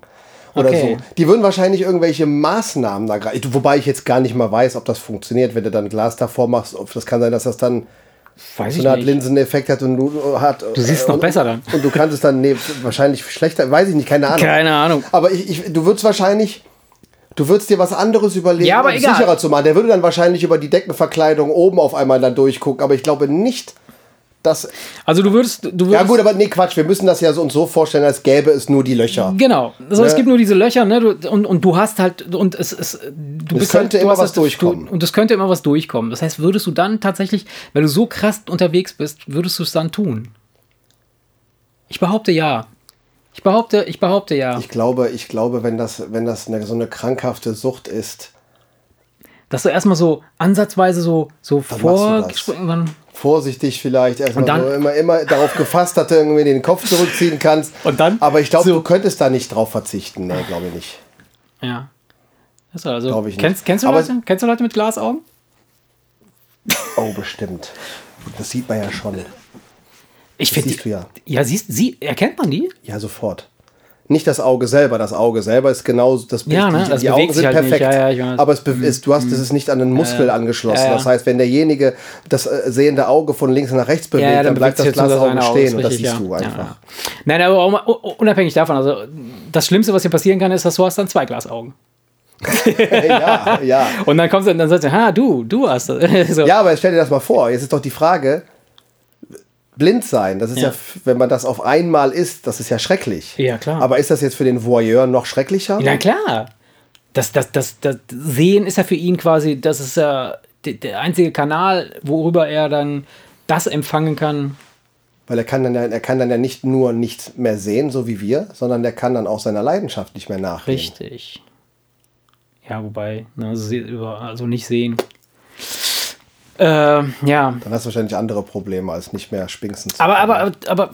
Speaker 1: Oder
Speaker 2: Okay.
Speaker 1: so. Die würden wahrscheinlich irgendwelche Maßnahmen da greifen. Wobei ich jetzt gar nicht mal weiß, ob das funktioniert, wenn du dann Glas davor machst. Ob- Das kann sein, dass das dann
Speaker 2: Weiß
Speaker 1: so eine Art Linseneffekt hat und du äh, hat. Du
Speaker 2: siehst es noch
Speaker 1: und,
Speaker 2: besser dann.
Speaker 1: Und du kannst es dann nee, wahrscheinlich schlechter, weiß ich nicht, keine Ahnung.
Speaker 2: Keine Ahnung.
Speaker 1: Aber ich, ich, du würdest wahrscheinlich, du würdest dir was anderes überlegen,
Speaker 2: Ja, aber
Speaker 1: um es
Speaker 2: egal.
Speaker 1: sicherer zu machen. Der würde dann wahrscheinlich über die Deckenverkleidung oben auf einmal dann durchgucken. Aber ich glaube nicht, dass.
Speaker 2: Also du würdest, du würdest
Speaker 1: Ja gut, aber nee, Quatsch, wir müssen das ja so uns so vorstellen, als gäbe es nur die Löcher.
Speaker 2: Genau. Also es
Speaker 1: Ne?
Speaker 2: gibt nur diese Löcher, ne? Du, und, und du hast halt und es, es du bist
Speaker 1: könnte
Speaker 2: halt, du
Speaker 1: immer
Speaker 2: hast
Speaker 1: was
Speaker 2: das- du-
Speaker 1: durchkommen.
Speaker 2: Und es könnte immer was durchkommen. Das heißt, würdest du dann tatsächlich, wenn du so krass unterwegs bist, würdest du es dann tun? Ich behaupte ja. Ich behaupte, ich behaupte ja.
Speaker 1: Ich glaube, ich glaube, wenn das, wenn das eine, so eine krankhafte Sucht ist,
Speaker 2: dass du erstmal so ansatzweise so so vor
Speaker 1: machst du das.
Speaker 2: dann,
Speaker 1: vorsichtig vielleicht erstmal
Speaker 2: Und dann-
Speaker 1: so immer, immer darauf gefasst, dass du irgendwie den Kopf zurückziehen kannst.
Speaker 2: *laughs* Und dann
Speaker 1: Aber ich glaube,
Speaker 2: so-
Speaker 1: du könntest da nicht drauf verzichten. Nee, glaube ich nicht.
Speaker 2: ja. Das war also,
Speaker 1: Glaub ich nicht.
Speaker 2: kennst, kennst, du
Speaker 1: Aber-
Speaker 2: Leute, kennst du Leute mit Glasaugen?
Speaker 1: Oh, bestimmt. Das sieht man ja schon.
Speaker 2: Ich finde
Speaker 1: siehst du ja.
Speaker 2: Ja, siehst sie erkennt man die?
Speaker 1: Ja, sofort. Nicht das Auge selber. Das Auge selber ist genau das
Speaker 2: Ja, ne?
Speaker 1: die,
Speaker 2: Das
Speaker 1: die
Speaker 2: bewegt
Speaker 1: Augen
Speaker 2: sich
Speaker 1: sind
Speaker 2: halt nicht.
Speaker 1: perfekt.
Speaker 2: Ja, ja, ich weiß. Mhm.
Speaker 1: aber es be- ist, du hast, es ist nicht an den Muskel
Speaker 2: ja.
Speaker 1: angeschlossen.
Speaker 2: Ja, ja.
Speaker 1: Das heißt, wenn derjenige das äh, sehende Auge von links nach rechts bewegt, dann, bleibt das
Speaker 2: bewegt sich jetzt nur
Speaker 1: Glasauge
Speaker 2: eine Auge,
Speaker 1: stehen und das
Speaker 2: ist
Speaker 1: siehst
Speaker 2: richtig,
Speaker 1: du
Speaker 2: ja.
Speaker 1: einfach.
Speaker 2: Ja. Nein, aber auch mal, u- u- unabhängig davon, also das Schlimmste, was dir passieren kann, ist, dass du hast dann zwei Glasaugen.
Speaker 1: *laughs* ja, ja.
Speaker 2: Und dann kommst du und dann sagst du, ha, du, du hast *laughs* das. so.
Speaker 1: Ja, aber stell dir das mal vor. Jetzt ist doch die Frage, blind sein, das ist ja, f- wenn man das auf einmal ist, das ist ja schrecklich.
Speaker 2: Ja, klar.
Speaker 1: Aber ist das jetzt für den Voyeur noch schrecklicher?
Speaker 2: Na klar. Das, das, das, das Sehen ist ja für ihn quasi, das ist ja der, der einzige Kanal, worüber er dann das empfangen kann.
Speaker 1: Weil er kann, dann ja, er kann dann ja nicht nur nicht mehr sehen, so wie wir, sondern der kann dann auch seiner Leidenschaft nicht mehr nachgehen.
Speaker 2: Richtig. Ja, wobei, ne, se- über- also nicht sehen. Ähm, ja.
Speaker 1: Dann hast du wahrscheinlich andere Probleme, als nicht mehr spinksen zu
Speaker 2: Aber,
Speaker 1: können.
Speaker 2: aber, aber, aber,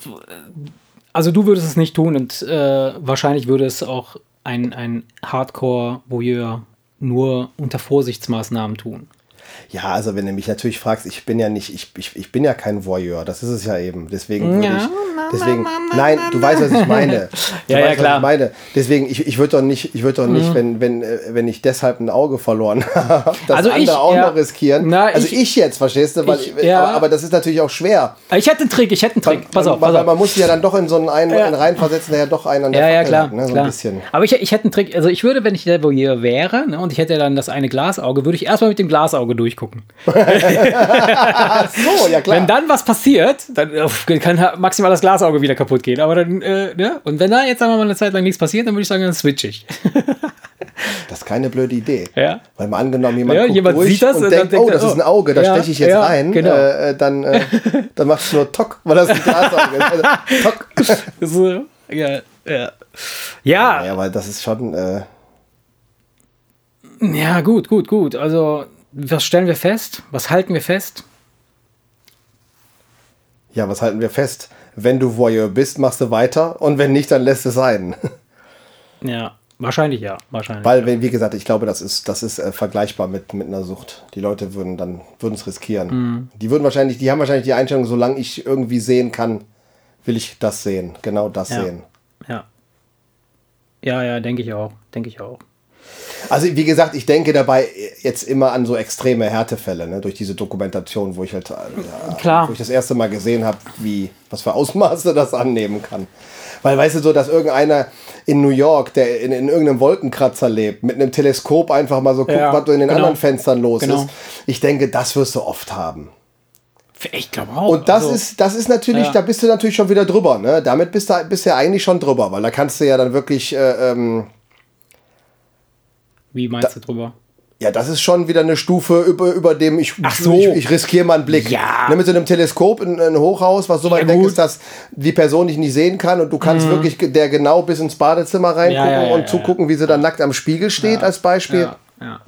Speaker 2: also du würdest es nicht tun und äh, wahrscheinlich würde es auch ein, ein Hardcore-Voyeur nur unter Vorsichtsmaßnahmen tun.
Speaker 1: Ja, also wenn du mich natürlich fragst, ich bin ja nicht, ich, ich, ich bin ja kein Voyeur, das ist es ja eben. Deswegen würde
Speaker 2: Ja,
Speaker 1: ich.
Speaker 2: na,
Speaker 1: Deswegen,
Speaker 2: na, na, na,
Speaker 1: nein, du weißt, was ich
Speaker 2: *laughs*
Speaker 1: meine. Du
Speaker 2: Ja, ja,
Speaker 1: weißt, was
Speaker 2: klar. Mhm.
Speaker 1: Ich meine. Deswegen, ich, ich würde doch nicht, ich würde doch nicht, wenn, wenn, äh, wenn ich deshalb ein Auge verloren *laughs* habe, das
Speaker 2: Also ich,
Speaker 1: andere auch
Speaker 2: ja.
Speaker 1: noch riskieren.
Speaker 2: Na,
Speaker 1: also
Speaker 2: ich-
Speaker 1: ich, jetzt, verstehst du? Weil,
Speaker 2: Ich, ja.
Speaker 1: aber, aber das ist natürlich auch schwer.
Speaker 2: Äh, Ich hätte einen Trick, ich hätte einen Trick. Pass
Speaker 1: man,
Speaker 2: auf, pass
Speaker 1: man,
Speaker 2: auf.
Speaker 1: man muss sich ja dann doch in so einen, einen,
Speaker 2: Ja.
Speaker 1: einen reinversetzen, der ja doch einen an der
Speaker 2: Ja, ja,
Speaker 1: Fackel
Speaker 2: klar.
Speaker 1: hat, ne? so
Speaker 2: klar.
Speaker 1: ein bisschen.
Speaker 2: Aber ich, ich hätte einen Trick, also ich würde, wenn ich der Voyeur wäre ne, und ich hätte dann das eine Glasauge, würde ich erstmal mit dem Glasauge durchgucken.
Speaker 1: Ach so, ja klar.
Speaker 2: Wenn dann was passiert, dann uff, kann ha- maximal das Glasauge wieder kaputt gehen. Aber dann, äh, ne? Und wenn da jetzt sagen wir mal eine Zeit lang nichts passiert, dann würde ich sagen, dann switch ich.
Speaker 1: Das ist keine blöde Idee.
Speaker 2: Ja.
Speaker 1: Weil mal angenommen, jemand,
Speaker 2: Ja,
Speaker 1: guckt
Speaker 2: jemand
Speaker 1: durch
Speaker 2: sieht das
Speaker 1: und,
Speaker 2: und
Speaker 1: denkt,
Speaker 2: dann
Speaker 1: oh,
Speaker 2: denkt er,
Speaker 1: das ist ein
Speaker 2: oh,
Speaker 1: Auge, da
Speaker 2: ja,
Speaker 1: steche ich jetzt
Speaker 2: ja,
Speaker 1: rein.
Speaker 2: genau.
Speaker 1: Äh, äh, dann,
Speaker 2: *laughs*
Speaker 1: äh, dann machst du nur Tock, weil das ein Glasauge ist. Also, tock.
Speaker 2: So, ja, ja. Ja,
Speaker 1: Ja, aber das ist schon, äh,
Speaker 2: ja, gut, gut, gut. Also, was stellen wir fest? Was halten wir fest?
Speaker 1: ja, was halten wir fest? Wenn du Voyeur bist, machst du weiter und wenn nicht, dann lässt es sein. *laughs*
Speaker 2: Ja, wahrscheinlich ja, wahrscheinlich.
Speaker 1: Weil, wenn- wie gesagt, ich glaube, das ist, das ist äh, vergleichbar mit, mit einer Sucht. Die Leute würden dann würden es riskieren.
Speaker 2: Mhm.
Speaker 1: Die würden wahrscheinlich, die haben wahrscheinlich die Einstellung, solange ich irgendwie sehen kann, will ich das sehen, genau das
Speaker 2: Ja.
Speaker 1: sehen.
Speaker 2: Ja. Ja, ja, denke ich auch. Denke ich auch.
Speaker 1: Also wie gesagt, ich denke dabei jetzt immer an so extreme Härtefälle, ne? durch diese Dokumentation, wo ich halt äh,
Speaker 2: Klar.
Speaker 1: wo ich das erste Mal gesehen habe, wie was für Ausmaße das annehmen kann. Weil weißt du so, dass irgendeiner in New York, der in, in irgendeinem Wolkenkratzer lebt, mit einem Teleskop einfach mal so guckt,
Speaker 2: Ja,
Speaker 1: was so in den
Speaker 2: genau.
Speaker 1: anderen Fenstern los
Speaker 2: Genau.
Speaker 1: ist. Ich denke, das wirst du oft haben.
Speaker 2: Ich glaube auch.
Speaker 1: Und das
Speaker 2: Also,
Speaker 1: ist, das ist natürlich,
Speaker 2: Ja.
Speaker 1: da bist du natürlich schon wieder drüber, ne? Damit bist du bisher ja eigentlich schon drüber, weil da kannst du ja dann wirklich äh, ähm,
Speaker 2: Wie meinst du drüber?
Speaker 1: Ja, das ist schon wieder eine Stufe über, über dem ich,
Speaker 2: Ach so.
Speaker 1: ich, ich riskiere mal einen Blick.
Speaker 2: Ja.
Speaker 1: Ne, mit so einem Teleskop in ein Hochhaus, was so weit
Speaker 2: Ja,
Speaker 1: weg
Speaker 2: gut. Mhm.
Speaker 1: ist, dass die Person dich nicht sehen kann und du kannst wirklich ge- der genau bis ins Badezimmer reingucken
Speaker 2: Ja, ja, ja,
Speaker 1: und
Speaker 2: ja,
Speaker 1: zugucken, wie sie dann nackt am Spiegel steht als Beispiel.
Speaker 2: Ja, ja.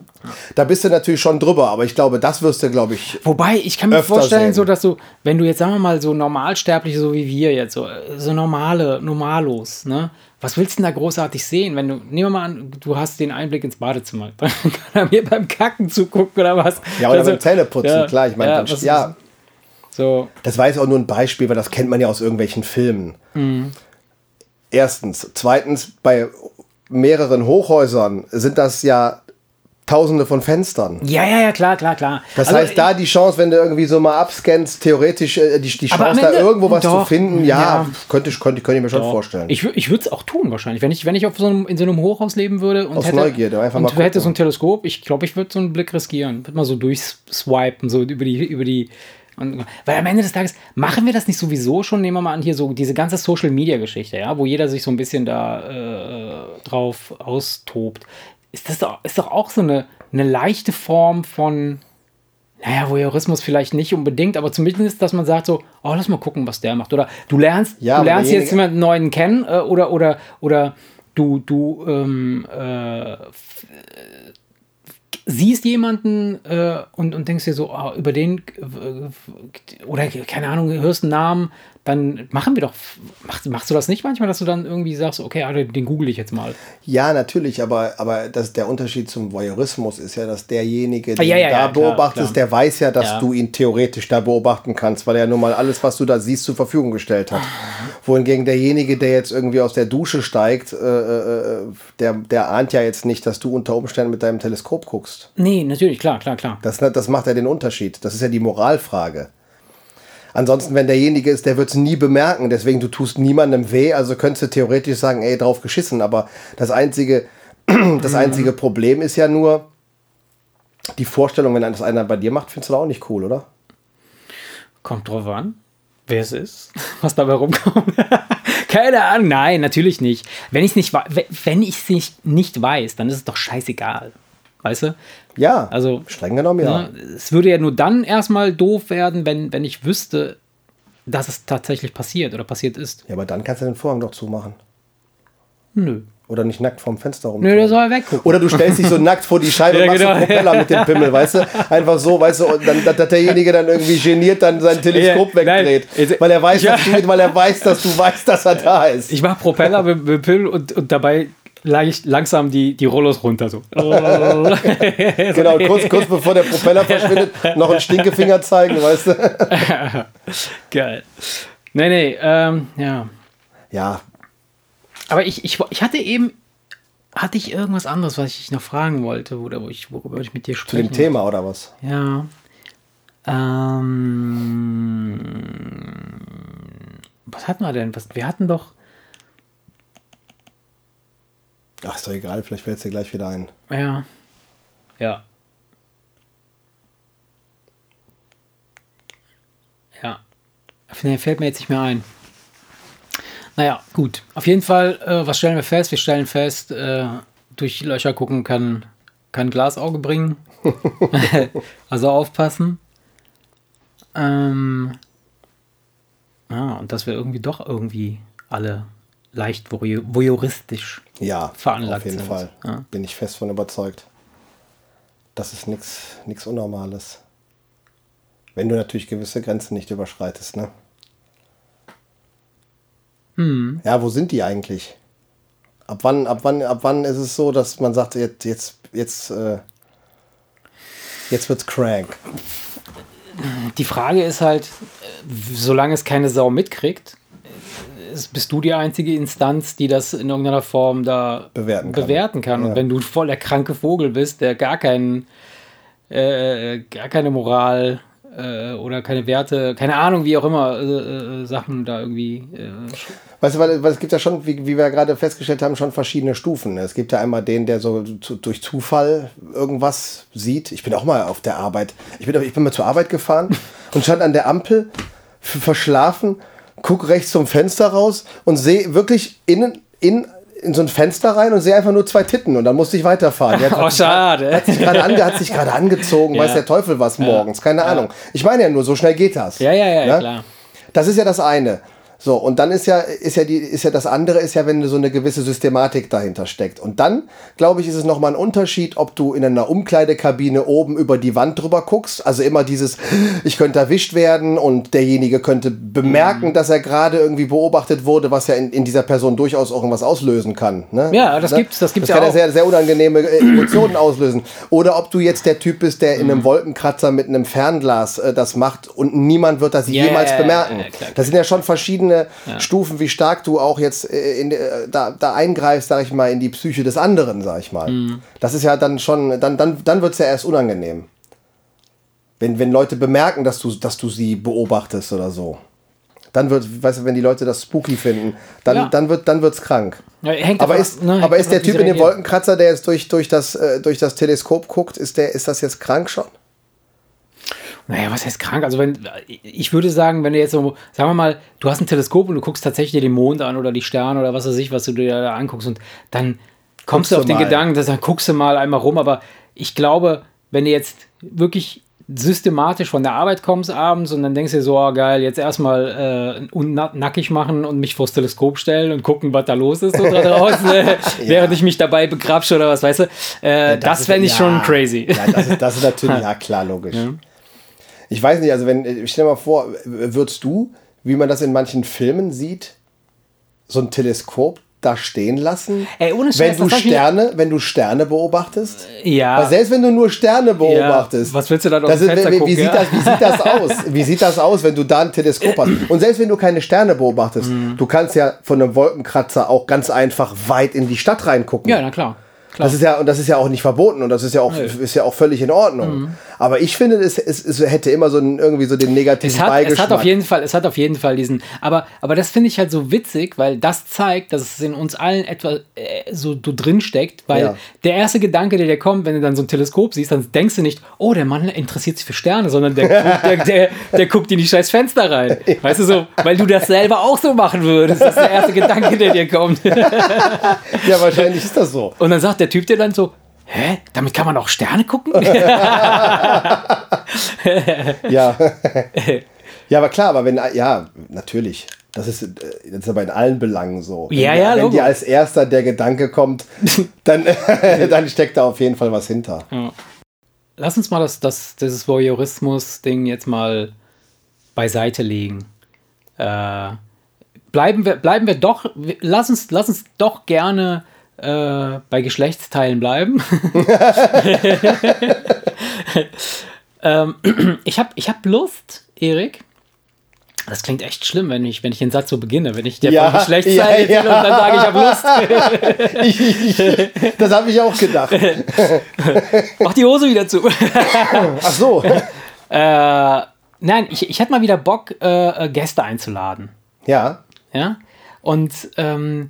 Speaker 1: Da bist du natürlich schon drüber, aber ich glaube, das wirst du, glaube ich,
Speaker 2: Wobei, ich kann mir
Speaker 1: Öfter
Speaker 2: vorstellen,
Speaker 1: sehen.
Speaker 2: so dass du, wenn du jetzt, sagen wir mal, so Normalsterbliche, so wie wir jetzt, so, äh, so normale, normalos, ne? Was willst du denn da großartig sehen? Wenn du, nehmen wir mal an, du hast den Einblick ins Badezimmer. *laughs* Dann kann er mir beim Kacken zugucken oder was.
Speaker 1: ja oder
Speaker 2: Also,
Speaker 1: beim Zähneputzen,
Speaker 2: ja,
Speaker 1: klar. Ich meine,
Speaker 2: ja,
Speaker 1: dann-
Speaker 2: was-
Speaker 1: ja,
Speaker 2: So,
Speaker 1: Das war jetzt auch nur ein Beispiel, weil das kennt man ja aus irgendwelchen Filmen.
Speaker 2: Mhm.
Speaker 1: Erstens. Zweitens, bei mehreren Hochhäusern sind das ja tausende von Fenstern.
Speaker 2: ja, ja, ja, klar, klar, klar.
Speaker 1: Das
Speaker 2: Also,
Speaker 1: heißt, da die Chance, wenn du irgendwie so mal abscannst, theoretisch äh, die, die
Speaker 2: Aber
Speaker 1: Chance,
Speaker 2: am
Speaker 1: da
Speaker 2: Ende-
Speaker 1: irgendwo was
Speaker 2: doch,
Speaker 1: zu finden, ja,
Speaker 2: ja.
Speaker 1: Könnte, ich- könnte, könnte ich mir schon
Speaker 2: Doch.
Speaker 1: vorstellen.
Speaker 2: Ich, wü- ich würde es auch tun wahrscheinlich. Wenn ich, wenn ich auf so einem, in so einem Hochhaus leben würde und
Speaker 1: Aus
Speaker 2: hätte,
Speaker 1: Neugierde, einfach
Speaker 2: und
Speaker 1: mal
Speaker 2: du
Speaker 1: gucken.
Speaker 2: hättest so ein Teleskop, ich glaube, ich würde so einen Blick riskieren. Würde mal so durchswipen, so über die, über die. Und, weil am Ende des Tages machen wir das nicht sowieso schon, nehmen wir mal an, hier so diese ganze Social Media Geschichte, ja, wo jeder sich so ein bisschen da äh, drauf austobt. Ist das doch, ist doch auch so eine, eine leichte Form von naja, Voyeurismus vielleicht nicht unbedingt, aber zumindest, dass man sagt so, oh, lass mal gucken, was der macht. Oder du lernst,
Speaker 1: Ja,
Speaker 2: du
Speaker 1: aber
Speaker 2: lernst jetzt
Speaker 1: derjenige-
Speaker 2: jemanden neuen kennen äh, oder, oder, oder du, du ähm, äh, f- siehst jemanden äh, und, und denkst dir so, ah, über den äh, oder keine Ahnung, hörst einen Namen, dann machen wir doch, machst, machst du das nicht manchmal, dass du dann irgendwie sagst, okay, Alter, den google ich jetzt mal.
Speaker 1: Ja, natürlich, aber, aber das, der Unterschied zum Voyeurismus ist ja, dass derjenige, den
Speaker 2: Ah, ja, ja,
Speaker 1: du da
Speaker 2: ja, klar,
Speaker 1: beobachtest,
Speaker 2: klar.
Speaker 1: der weiß ja, dass
Speaker 2: Ja.
Speaker 1: du ihn theoretisch da beobachten kannst, weil er nun mal alles, was du da siehst, zur Verfügung gestellt hat. Wohingegen derjenige, der jetzt irgendwie aus der Dusche steigt, äh, äh, äh, der, der ahnt ja jetzt nicht, dass du unter Umständen mit deinem Teleskop guckst.
Speaker 2: Nee, natürlich, klar, klar, klar.
Speaker 1: Das, ne, das macht ja den Unterschied. Das ist ja die Moralfrage. Ansonsten, wenn derjenige ist, der wird es nie bemerken. Deswegen, du tust niemandem weh. Also könntest du theoretisch sagen, ey, drauf geschissen. Aber das einzige, *clears throat* das
Speaker 2: Mhm.
Speaker 1: einzige Problem ist ja nur die Vorstellung, wenn das einer bei dir macht, findest du das auch nicht cool, oder?
Speaker 2: Kommt drauf an, wer es ist, *laughs* was dabei rumkommt. *laughs* Keine Ahnung, nein, natürlich nicht. Wenn ich es nicht, wei- we- wenn ich's nicht, nicht weiß, dann ist es doch scheißegal. Weißt du?
Speaker 1: Ja.
Speaker 2: Also,
Speaker 1: streng genommen, ja.
Speaker 2: Ne? Es würde ja nur dann erstmal doof werden, wenn, wenn ich wüsste, dass es tatsächlich passiert oder passiert ist.
Speaker 1: Ja, aber dann kannst du den Vorhang doch zumachen.
Speaker 2: Nö.
Speaker 1: Oder nicht nackt vorm Fenster rum.
Speaker 2: Nö, der soll weggucken.
Speaker 1: Oder du stellst
Speaker 2: *laughs*
Speaker 1: dich so nackt vor die Scheibe und
Speaker 2: Ja,
Speaker 1: machst
Speaker 2: genau.
Speaker 1: so einen Propeller mit dem Pimmel, weißt du? Einfach so, weißt du, und dann, dass dass derjenige dann irgendwie geniert dann sein Teleskop
Speaker 2: Ja, nein.
Speaker 1: wegdreht.
Speaker 2: Ich-
Speaker 1: Weil er weiß, dass du, weil er weiß, dass du weißt, dass er da ist.
Speaker 2: Ich mache Propeller mit, mit Pill und, und dabei lag ich langsam die, die Rollos runter. So.
Speaker 1: genau, kurz, kurz bevor der Propeller verschwindet, noch einen Stinkefinger zeigen, weißt
Speaker 2: *laughs*
Speaker 1: du?
Speaker 2: *laughs* Geil. Nee, nee, ähm, ja.
Speaker 1: Ja,
Speaker 2: Aber ich, ich, ich hatte eben, hatte ich irgendwas anderes, was ich noch fragen wollte, oder wo ich, worüber ich mit dir
Speaker 1: zu dem
Speaker 2: sprechen
Speaker 1: Thema oder was?
Speaker 2: Ja. Ähm, was hatten wir denn? Was, wir hatten doch.
Speaker 1: Ach, ist doch egal, vielleicht fällt es dir gleich wieder ein.
Speaker 2: Ja. Ja. Ja. Nee, fällt mir jetzt nicht mehr ein. Naja, gut. Auf jeden Fall, äh, was stellen wir fest? Wir stellen fest, äh, durch Löcher gucken kann, kann Glasauge *laughs* bringen. also aufpassen. Ähm, ja, und dass wir irgendwie doch irgendwie alle leicht voyeu- voyeuristisch
Speaker 1: Ja,
Speaker 2: Veranlagt
Speaker 1: auf jeden
Speaker 2: sind.
Speaker 1: Fall.
Speaker 2: Ja.
Speaker 1: Bin ich fest von überzeugt. Das ist nichts Unnormales. Wenn du natürlich gewisse Grenzen nicht überschreitest, ne?
Speaker 2: Hm.
Speaker 1: Ja, wo sind die eigentlich? Ab wann, ab wann, ab wann ist es so, dass man sagt, jetzt, jetzt, jetzt, äh, jetzt wird's crank.
Speaker 2: Die Frage ist halt, äh, w- solange es keine Sau mitkriegt, äh, ist- bist du die einzige Instanz, die das in irgendeiner Form da
Speaker 1: Bewerten kann.
Speaker 2: bewerten kann. Und
Speaker 1: Ja.
Speaker 2: wenn du voll der kranke Vogel bist, der gar keinen, äh, gar keine Moral äh, oder keine Werte, keine Ahnung, wie auch immer, äh, äh, Sachen da irgendwie. Äh,
Speaker 1: *laughs*
Speaker 2: sch-
Speaker 1: Weißt du, weil, weil es gibt ja schon, wie, wie wir gerade festgestellt haben, schon verschiedene Stufen. Es gibt ja einmal den, der so zu, durch Zufall irgendwas sieht. Ich bin auch mal auf der Arbeit. Ich bin, ich bin mal zur Arbeit
Speaker 2: *laughs*
Speaker 1: gefahren und stand an der Ampel, f- verschlafen, guck rechts zum Fenster raus und sehe wirklich innen, in, in so ein Fenster rein und sehe einfach nur zwei Titten und dann musste ich weiterfahren. Jetzt
Speaker 2: *laughs* oh, schade.
Speaker 1: hat *laughs* sich gerade ange, hat sich gerade angezogen,
Speaker 2: Ja.
Speaker 1: weiß der Teufel was morgens, keine Ahnung. Ich meine ja nur, so schnell geht das.
Speaker 2: Ja, ja, ja,
Speaker 1: Ne?
Speaker 2: klar.
Speaker 1: Das ist ja das eine. So, und dann ist ja, ist ja die, ist ja das andere, ist ja, wenn so eine gewisse Systematik dahinter steckt. Und dann, glaube ich, ist es nochmal ein Unterschied, ob du in einer Umkleidekabine oben über die Wand drüber guckst. Also immer dieses, ich könnte erwischt werden und derjenige könnte
Speaker 2: Mhm.
Speaker 1: bemerken, dass er gerade irgendwie beobachtet wurde, was ja in, in dieser Person durchaus auch irgendwas auslösen kann. Ne?
Speaker 2: Ja, das
Speaker 1: ne?
Speaker 2: gibt's- das gibt's
Speaker 1: das
Speaker 2: ja
Speaker 1: kann
Speaker 2: auch.
Speaker 1: ja sehr, sehr unangenehme äh, Emotionen auslösen. Oder ob du jetzt der Typ bist, der
Speaker 2: Mhm.
Speaker 1: in einem Wolkenkratzer mit einem Fernglas äh, das macht und niemand wird das
Speaker 2: Ja,
Speaker 1: jemals
Speaker 2: ja, ja,
Speaker 1: bemerken.
Speaker 2: ja, klar, klar.
Speaker 1: Das sind ja schon verschiedene Stufen, wie stark du auch jetzt äh, in, äh, da, da eingreifst, sag ich mal, in die Psyche des anderen, sag ich mal.
Speaker 2: Mhm.
Speaker 1: Das ist ja dann schon, dann, dann, dann wird es ja erst unangenehm. Wenn, wenn Leute bemerken, dass du, dass du sie beobachtest oder so. Dann wird, weißt du, wenn die Leute das spooky finden, dann,
Speaker 2: Ja.
Speaker 1: dann wird dann wird's krank.
Speaker 2: Ja, hängt
Speaker 1: Aber
Speaker 2: davon
Speaker 1: ist,
Speaker 2: ab, ne?
Speaker 1: aber
Speaker 2: Hängt
Speaker 1: ist der
Speaker 2: davon ab, wie
Speaker 1: Typ
Speaker 2: sie
Speaker 1: in dem
Speaker 2: reagieren.
Speaker 1: Wolkenkratzer, der jetzt durch, durch, das, äh, durch das Teleskop guckt, ist, der, ist das jetzt krank schon?
Speaker 2: Naja, was heißt krank? Also wenn ich würde sagen, wenn du jetzt so, sagen wir mal, du hast ein Teleskop und du guckst tatsächlich dir den Mond an oder die Sterne oder was weiß ich, was du dir da anguckst und dann
Speaker 1: Guckst
Speaker 2: kommst du auf
Speaker 1: du
Speaker 2: den
Speaker 1: mal.
Speaker 2: Gedanken, dass dann guckst du mal einmal rum, aber ich glaube, wenn du jetzt wirklich systematisch von der Arbeit kommst abends und dann denkst du dir so, oh, geil, jetzt erstmal äh, nackig machen und mich vors Teleskop stellen und gucken, was da los ist so
Speaker 1: *laughs*
Speaker 2: da draußen, äh, während ich mich dabei begrapsche oder was, weißt du. Äh, das
Speaker 1: ist-
Speaker 2: fände ich
Speaker 1: ja.
Speaker 2: schon crazy.
Speaker 1: Ja, das ist, das ist natürlich, ja klar, logisch. Ich weiß nicht, also wenn, stell dir mal vor, würdest du, wie man das in manchen Filmen sieht, so ein Teleskop da stehen lassen?
Speaker 2: Ey, ohne Scheiß,
Speaker 1: wenn du
Speaker 2: das hab ich mir-
Speaker 1: Sterne, wenn du Sterne beobachtest?
Speaker 2: *laughs* Ja.
Speaker 1: Weil selbst wenn du nur Sterne beobachtest.
Speaker 2: was willst du dann aus
Speaker 1: das
Speaker 2: dem
Speaker 1: ist-
Speaker 2: Fenster
Speaker 1: wie, wie,
Speaker 2: gucken,
Speaker 1: sieht
Speaker 2: ja?
Speaker 1: das, wie sieht das
Speaker 2: *laughs*
Speaker 1: aus? Wie sieht das aus, wenn du da ein Teleskop hast? Und selbst wenn du keine Sterne beobachtest,
Speaker 2: Mhm.
Speaker 1: du kannst ja von einem Wolkenkratzer auch ganz einfach weit in die Stadt reingucken.
Speaker 2: ja, na klar. klar.
Speaker 1: Das ist ja, und das ist ja auch nicht verboten und das ist ja auch, ist ja auch völlig in Ordnung.
Speaker 2: Mhm.
Speaker 1: Aber ich finde, es, es, es hätte immer so einen, irgendwie so den negativen
Speaker 2: es hat, es
Speaker 1: Beigeschmack.
Speaker 2: hat auf jeden Fall, es hat auf jeden Fall diesen, aber, aber das finde ich halt so witzig, weil das zeigt, dass es in uns allen etwa äh, so du drin steckt, weil
Speaker 1: Ja.
Speaker 2: der erste Gedanke, der dir kommt, wenn du dann so ein Teleskop siehst, dann denkst du nicht, oh, der Mann interessiert sich für Sterne, sondern der, guckt- der, der, der guckt in die scheiß Fenster rein. Weißt du so, weil du das selber auch so machen würdest. Das ist der erste Gedanke, der dir kommt.
Speaker 1: ja, wahrscheinlich ist das so.
Speaker 2: Und dann sagt der Typ dir dann so, hä, damit kann man auch Sterne gucken? *laughs*
Speaker 1: Ja. ja, aber klar, aber wenn, ja, natürlich. Das ist, äh, das ist aber in allen Belangen so. Wenn,
Speaker 2: Ja,
Speaker 1: dir-
Speaker 2: ja,
Speaker 1: wenn
Speaker 2: Logo.
Speaker 1: dir als erster der Gedanke
Speaker 2: *laughs*
Speaker 1: kommt, dann, *laughs* dann steckt da auf jeden Fall was hinter.
Speaker 2: Lass uns mal das, das, dieses Voyeurismus-Ding jetzt mal beiseite legen. Äh, bleiben, wir, bleiben wir doch, wir- lass uns, lass uns doch gerne äh, bei
Speaker 1: *laughs*
Speaker 2: Geschlechtsteilen bleiben. ähm, *clears throat* ich habe ich hab Lust, Erik. Das klingt echt schlimm, wenn ich, wenn ich den Satz so beginne, wenn ich dir
Speaker 1: Ja,
Speaker 2: von Geschlechtsteilen
Speaker 1: ja,
Speaker 2: erzähle und dann sage, ich
Speaker 1: *laughs*
Speaker 2: habe Lust.
Speaker 1: *laughs* Das habe ich auch gedacht.
Speaker 2: Mach die Hose wieder zu.
Speaker 1: Ach
Speaker 2: *laughs*
Speaker 1: so.
Speaker 2: Äh, nein, ich, ich hätte mal wieder Bock, äh, äh, Gäste einzuladen.
Speaker 1: Ja.
Speaker 2: Ja? Und ähm,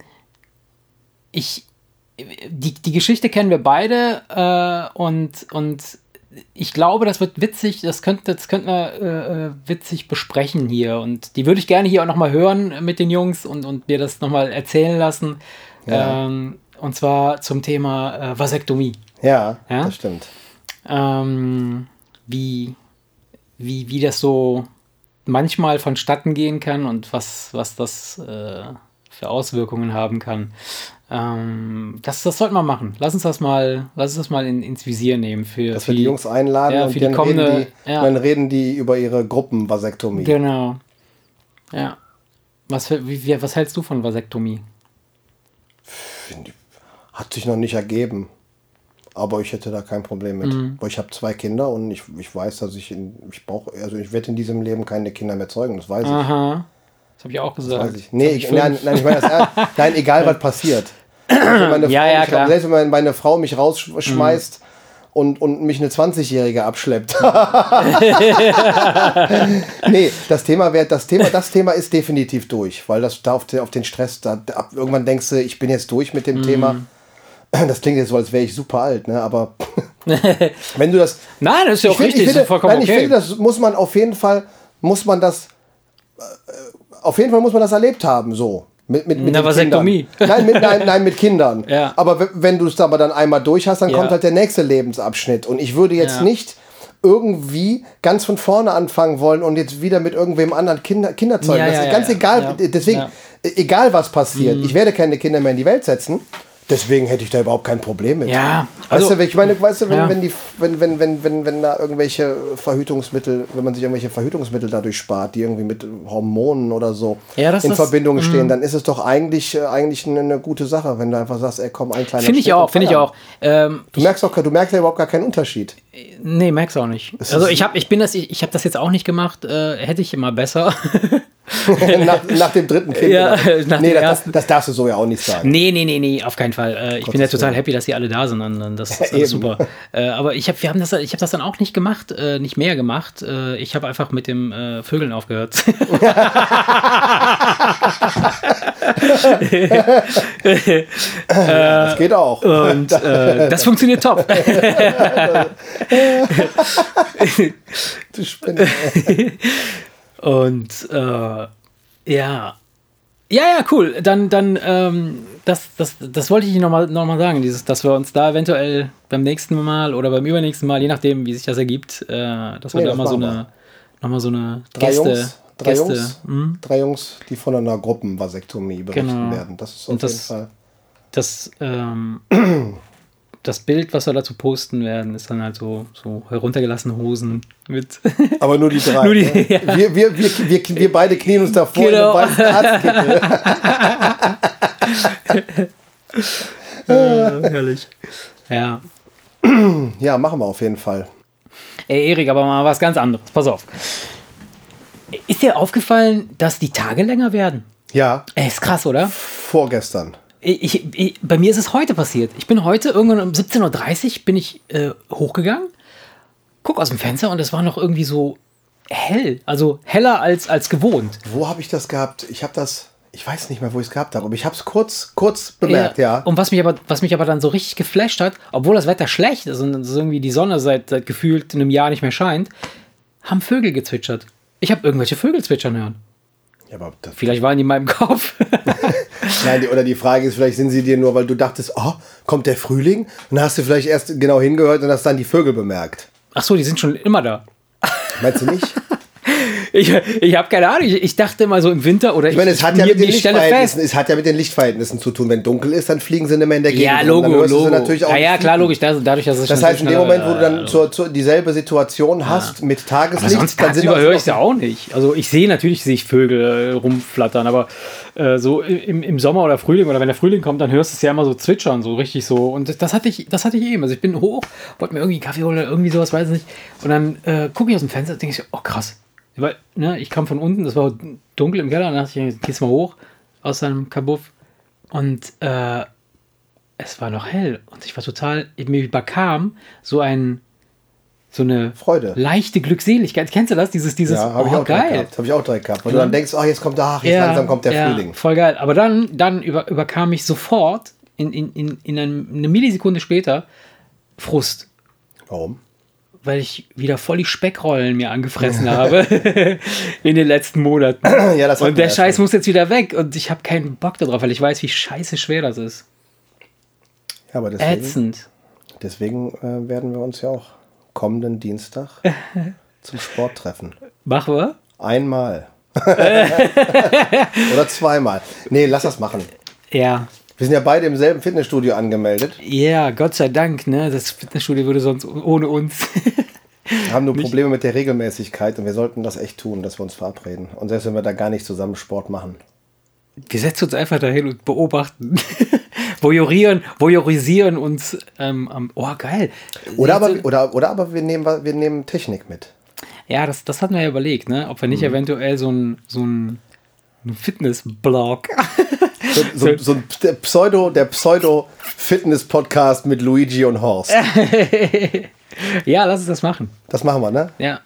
Speaker 2: ich, die, die Geschichte kennen wir beide äh, und, und ich glaube, das wird witzig, das könnte das könnten wir äh, äh, witzig besprechen hier. Und die würde ich gerne hier auch nochmal hören mit den Jungs und, und mir das nochmal erzählen lassen.
Speaker 1: Ja.
Speaker 2: Ähm, und zwar zum Thema äh, Vasektomie
Speaker 1: ja,
Speaker 2: Ja?
Speaker 1: das stimmt.
Speaker 2: ähm, wie, wie, wie das so manchmal vonstatten gehen kann und was, was das äh, für Auswirkungen haben kann. Ähm, das, das sollten wir machen. Lass uns das mal, lass uns das mal in, ins Visier nehmen für
Speaker 1: Dass wir die Jungs einladen
Speaker 2: ja,
Speaker 1: und
Speaker 2: für die
Speaker 1: dann,
Speaker 2: kommende-
Speaker 1: reden die,
Speaker 2: ja.
Speaker 1: dann reden die über ihre Gruppenvasektomie.
Speaker 2: Genau. Ja. Was, für- wie, wie, was hältst du von Vasektomie?
Speaker 1: Hat sich noch nicht ergeben. Aber ich hätte da kein Problem mit. Weil ich habe zwei Kinder und ich, ich weiß, dass ich, in, ich brauche, also ich werde in diesem Leben keine Kinder mehr zeugen, das weiß ich.
Speaker 2: Aha. Das habe ich auch gesagt.
Speaker 1: Weiß ich. Nee, ich,
Speaker 2: ich
Speaker 1: nein, nein, ich meine das
Speaker 2: *laughs*
Speaker 1: ernst. Nein, egal was passiert. Also wenn meine
Speaker 2: Ja,
Speaker 1: Frau
Speaker 2: ja,
Speaker 1: mich,
Speaker 2: klar. Mhm.
Speaker 1: Selbst wenn meine- meine Frau mich rausschmeißt und, und mich eine 20-Jährige
Speaker 2: *laughs*
Speaker 1: abschleppt. *laughs* nee, das Thema wäre, das Thema, das Thema ist definitiv durch, weil das da auf den, auf den Stress, da, da, ab- irgendwann denkst du, ich bin jetzt durch mit dem Thema.
Speaker 2: Mhm.
Speaker 1: Das klingt jetzt so, als wäre ich super alt, ne?
Speaker 2: *laughs*
Speaker 1: Aber wenn du das,
Speaker 2: Nein, das ist ja auch
Speaker 1: finde-
Speaker 2: richtig. das
Speaker 1: finde,
Speaker 2: ist vollkommen
Speaker 1: nein, ich
Speaker 2: okay.
Speaker 1: finde, das muss man auf jeden Fall, muss man das, äh, auf jeden Fall muss man das erlebt haben, so. Mit, mit, mit
Speaker 2: Na,
Speaker 1: den
Speaker 2: Vasektomie.
Speaker 1: Kindern. Nein, mit, nein,
Speaker 2: *laughs*
Speaker 1: nein, mit Kindern.
Speaker 2: Ja.
Speaker 1: Aber w- wenn du es aber dann einmal durch hast, dann
Speaker 2: Ja.
Speaker 1: kommt halt der nächste Lebensabschnitt. Und ich würde jetzt
Speaker 2: Ja.
Speaker 1: nicht irgendwie ganz von vorne anfangen wollen und jetzt wieder mit irgendwem anderen Kinder, Kinder zeugen.
Speaker 2: Ja,
Speaker 1: das
Speaker 2: ja,
Speaker 1: ist
Speaker 2: ja,
Speaker 1: ganz
Speaker 2: ja.
Speaker 1: egal.
Speaker 2: Ja.
Speaker 1: Deswegen,
Speaker 2: Ja. Mhm.
Speaker 1: e- egal was passiert, ich werde keine Kinder mehr in die Welt setzen. Deswegen hätte ich da überhaupt kein Problem mit.
Speaker 2: Ja,
Speaker 1: Also,
Speaker 2: also-
Speaker 1: weißt du, ich meine, weißt du, wenn,
Speaker 2: Ja.
Speaker 1: wenn die, wenn, wenn, wenn, wenn, wenn da irgendwelche Verhütungsmittel, wenn man sich irgendwelche Verhütungsmittel dadurch spart, die irgendwie mit Hormonen oder so
Speaker 2: Ja, das
Speaker 1: in
Speaker 2: ist- mm.
Speaker 1: Verbindung stehen, dann ist es doch eigentlich, äh, eigentlich eine, eine gute Sache, wenn du einfach sagst, ey, komm, ein kleiner
Speaker 2: Finde ich
Speaker 1: Schnitt
Speaker 2: auch,
Speaker 1: und
Speaker 2: finde ich
Speaker 1: Feierabend.
Speaker 2: auch. Ähm,
Speaker 1: Du merkst auch, du merkst ja überhaupt gar keinen
Speaker 2: *laughs*
Speaker 1: Unterschied.
Speaker 2: Nee, merk's auch nicht. also ich habe ich bin das ich, ich habe das jetzt auch nicht gemacht, äh, hätte ich
Speaker 1: *laughs*
Speaker 2: immer besser.
Speaker 1: nach, nach dem dritten Kind.
Speaker 2: Ja,
Speaker 1: oder?
Speaker 2: *laughs* nach
Speaker 1: nee,
Speaker 2: dem
Speaker 1: das,
Speaker 2: ersten.
Speaker 1: das darfst du so ja auch nicht sagen.
Speaker 2: nee, nee, nee, nee, auf keinen Fall. Äh, ich bin ja
Speaker 1: Gottes
Speaker 2: total
Speaker 1: Willen.
Speaker 2: happy, dass sie alle da sind und, und
Speaker 1: *laughs*
Speaker 2: das ist alles
Speaker 1: eben.
Speaker 2: super. Äh, aber ich habe wir haben das ich habe das dann auch nicht gemacht, äh, nicht mehr gemacht. Äh, ich habe einfach mit dem äh, Vögeln
Speaker 1: *laughs*
Speaker 2: aufgehört. *laughs*
Speaker 1: das geht auch.
Speaker 2: Und äh, das funktioniert top.
Speaker 1: *laughs* Du spinnst.
Speaker 2: Und äh, ja, Ja, ja, cool. Dann, dann, ähm, das, das, das wollte ich dir nochmal noch mal sagen, dieses, dass wir uns da eventuell beim nächsten Mal oder beim übernächsten Mal, je nachdem, wie sich das ergibt, äh, dass wir
Speaker 1: Nee,
Speaker 2: da
Speaker 1: das
Speaker 2: mal so
Speaker 1: machen
Speaker 2: eine, noch mal so eine
Speaker 1: Drei
Speaker 2: Gäste,
Speaker 1: Jungs, drei
Speaker 2: Gäste,
Speaker 1: Jungs,
Speaker 2: hm?
Speaker 1: drei Jungs, die von einer Gruppenvasektomie berichten
Speaker 2: Genau.
Speaker 1: werden. Das ist
Speaker 2: Und
Speaker 1: auf jeden
Speaker 2: das-
Speaker 1: Fall.
Speaker 2: das, ähm, *clears throat* das Bild, was wir dazu posten werden, ist dann halt so, so heruntergelassene Hosen
Speaker 1: *laughs*
Speaker 2: mit. *laughs*
Speaker 1: Aber nur die drei.
Speaker 2: Nur die-
Speaker 1: ne?
Speaker 2: *laughs* ja.
Speaker 1: wir, wir, wir, wir, wir beide knien uns davor ne?
Speaker 2: Genau.
Speaker 1: in den weißen
Speaker 2: *laughs*
Speaker 1: Arztkittel.
Speaker 2: äh, herrlich. Ja.
Speaker 1: Ja, machen wir auf jeden Fall.
Speaker 2: Ey, Erik, aber mal was ganz anderes. Pass auf. Ist dir aufgefallen, dass die Tage länger werden?
Speaker 1: Ja,
Speaker 2: Ey, ist krass, oder?
Speaker 1: vorgestern.
Speaker 2: Ich, ich, bei mir ist es heute passiert. Ich bin heute irgendwann um 17.30 Uhr bin ich äh, hochgegangen, guck aus dem Fenster und es war noch irgendwie so hell. Also heller als, als gewohnt.
Speaker 1: Wo habe ich das gehabt? Ich habe das, ich weiß nicht mehr, wo ich es gehabt habe, aber ich habe es kurz, kurz bemerkt, ja.
Speaker 2: Und was mich, aber, was mich aber dann so richtig geflasht hat, obwohl das Wetter schlecht ist und es irgendwie die Sonne seit, seit gefühlt einem Jahr nicht mehr scheint, haben Vögel gezwitschert. Ich habe irgendwelche Vögel zwitschern hören.
Speaker 1: ja aber das,
Speaker 2: Vielleicht waren die in meinem *laughs* Kopf.
Speaker 1: nein, die, oder die Frage ist, vielleicht sind sie dir nur, weil du dachtest, oh, kommt der Frühling? Und dann hast du vielleicht erst genau hingehört und hast dann die Vögel bemerkt.
Speaker 2: Ach so, die sind schon immer da.
Speaker 1: Meinst du nicht?
Speaker 2: Ich, ich habe keine Ahnung. Ich, ich dachte immer so im Winter oder ich,
Speaker 1: Ich meine, es hat, ja
Speaker 2: mir-
Speaker 1: mit den
Speaker 2: mir stelle
Speaker 1: Lichtverhältnissen, es hat ja mit den Lichtverhältnissen zu tun. Wenn dunkel ist, dann fliegen sie nicht mehr in der Gegend.
Speaker 2: Ja,
Speaker 1: rum.
Speaker 2: Logo,
Speaker 1: dann hörst du
Speaker 2: Logo.
Speaker 1: sie natürlich auch
Speaker 2: ja, ja,
Speaker 1: nicht
Speaker 2: klar,
Speaker 1: fliegen.
Speaker 2: logisch. Das, dadurch, dass es
Speaker 1: Das
Speaker 2: schon
Speaker 1: heißt, in dem
Speaker 2: schneller-
Speaker 1: Moment, wo du dann zur, zur, dieselbe Situation hast mit
Speaker 2: aber
Speaker 1: Tageslicht,
Speaker 2: sonst
Speaker 1: dann sind
Speaker 2: tagsüber
Speaker 1: auch-
Speaker 2: höre ich ja auch nicht. Also ich sehe natürlich sehe ich Vögel äh, rumflattern, aber äh, so im, im Sommer oder Frühling oder wenn der Frühling kommt, dann hörst du es ja immer so zwitschern, so richtig so. Und das, das hatte ich, das hatte ich eben. Also ich bin hoch, wollte mir irgendwie einen Kaffee holen oder irgendwie sowas, weiß ich nicht. Und dann äh, gucke ich aus dem Fenster und denke ich, oh krass. Weil, ne, ich kam von unten, das war dunkel im Keller, und dann dachte ich, gehst mal hoch aus seinem Kabuff. Und äh, es war noch hell und ich war total, mir überkam so ein, so eine
Speaker 1: Freude.
Speaker 2: leichte Glückseligkeit. Kennst du das? Dieses, dieses,
Speaker 1: Ja, habe ich
Speaker 2: oh,
Speaker 1: auch direkt
Speaker 2: geil.
Speaker 1: gehabt. Habe ich auch direkt gehabt. Und du dann denkst, ach, jetzt kommt, ach, jetzt
Speaker 2: Ja,
Speaker 1: langsam kommt der
Speaker 2: ja,
Speaker 1: Frühling.
Speaker 2: Voll geil. Aber dann, dann über, überkam mich sofort, in, in, in, in einem, eine Millisekunde später, Frust.
Speaker 1: Warum?
Speaker 2: Weil ich wieder voll die Speckrollen
Speaker 1: *laughs*
Speaker 2: mir angefressen habe in den letzten Monaten.
Speaker 1: Ja, das hatten
Speaker 2: und der
Speaker 1: wir
Speaker 2: Scheiß
Speaker 1: schon.
Speaker 2: muss jetzt wieder weg. Und ich habe keinen Bock darauf, weil ich weiß, wie scheiße schwer das ist.
Speaker 1: Ja, aber deswegen,
Speaker 2: Ätzend.
Speaker 1: deswegen äh, werden wir uns ja auch kommenden
Speaker 2: *laughs*
Speaker 1: Dienstag zum Sport treffen.
Speaker 2: Machen wir? *laughs*
Speaker 1: Einmal. Oder zweimal. Nee, lass das machen.
Speaker 2: Ja.
Speaker 1: Wir sind ja beide im selben Fitnessstudio angemeldet.
Speaker 2: Ja, Gott sei Dank, ne? Das Fitnessstudio würde sonst ohne uns. *laughs*
Speaker 1: Haben nur Probleme mit der Regelmäßigkeit und wir sollten das echt tun, dass wir uns verabreden. Und selbst wenn wir da gar nicht zusammen Sport machen.
Speaker 2: Wir setzen uns einfach dahin und beobachten. *laughs* Voyeurieren, voyeurisieren uns ähm, am. Oh, geil.
Speaker 1: Oder aber,
Speaker 2: Jetzt-
Speaker 1: oder, oder aber wir, nehmen, wir nehmen Technik mit.
Speaker 2: Ja, das, das hatten wir ja überlegt, ne? Ob wir
Speaker 1: Mhm.
Speaker 2: nicht eventuell so ein, so ein ein Fitness-Blog. *laughs*
Speaker 1: So, so, so ein P- der Pseudo, der Pseudo-Fitness-Podcast mit Luigi und Horst.
Speaker 2: Äh. ja, lass uns das machen.
Speaker 1: Das machen wir, ne?
Speaker 2: Ja.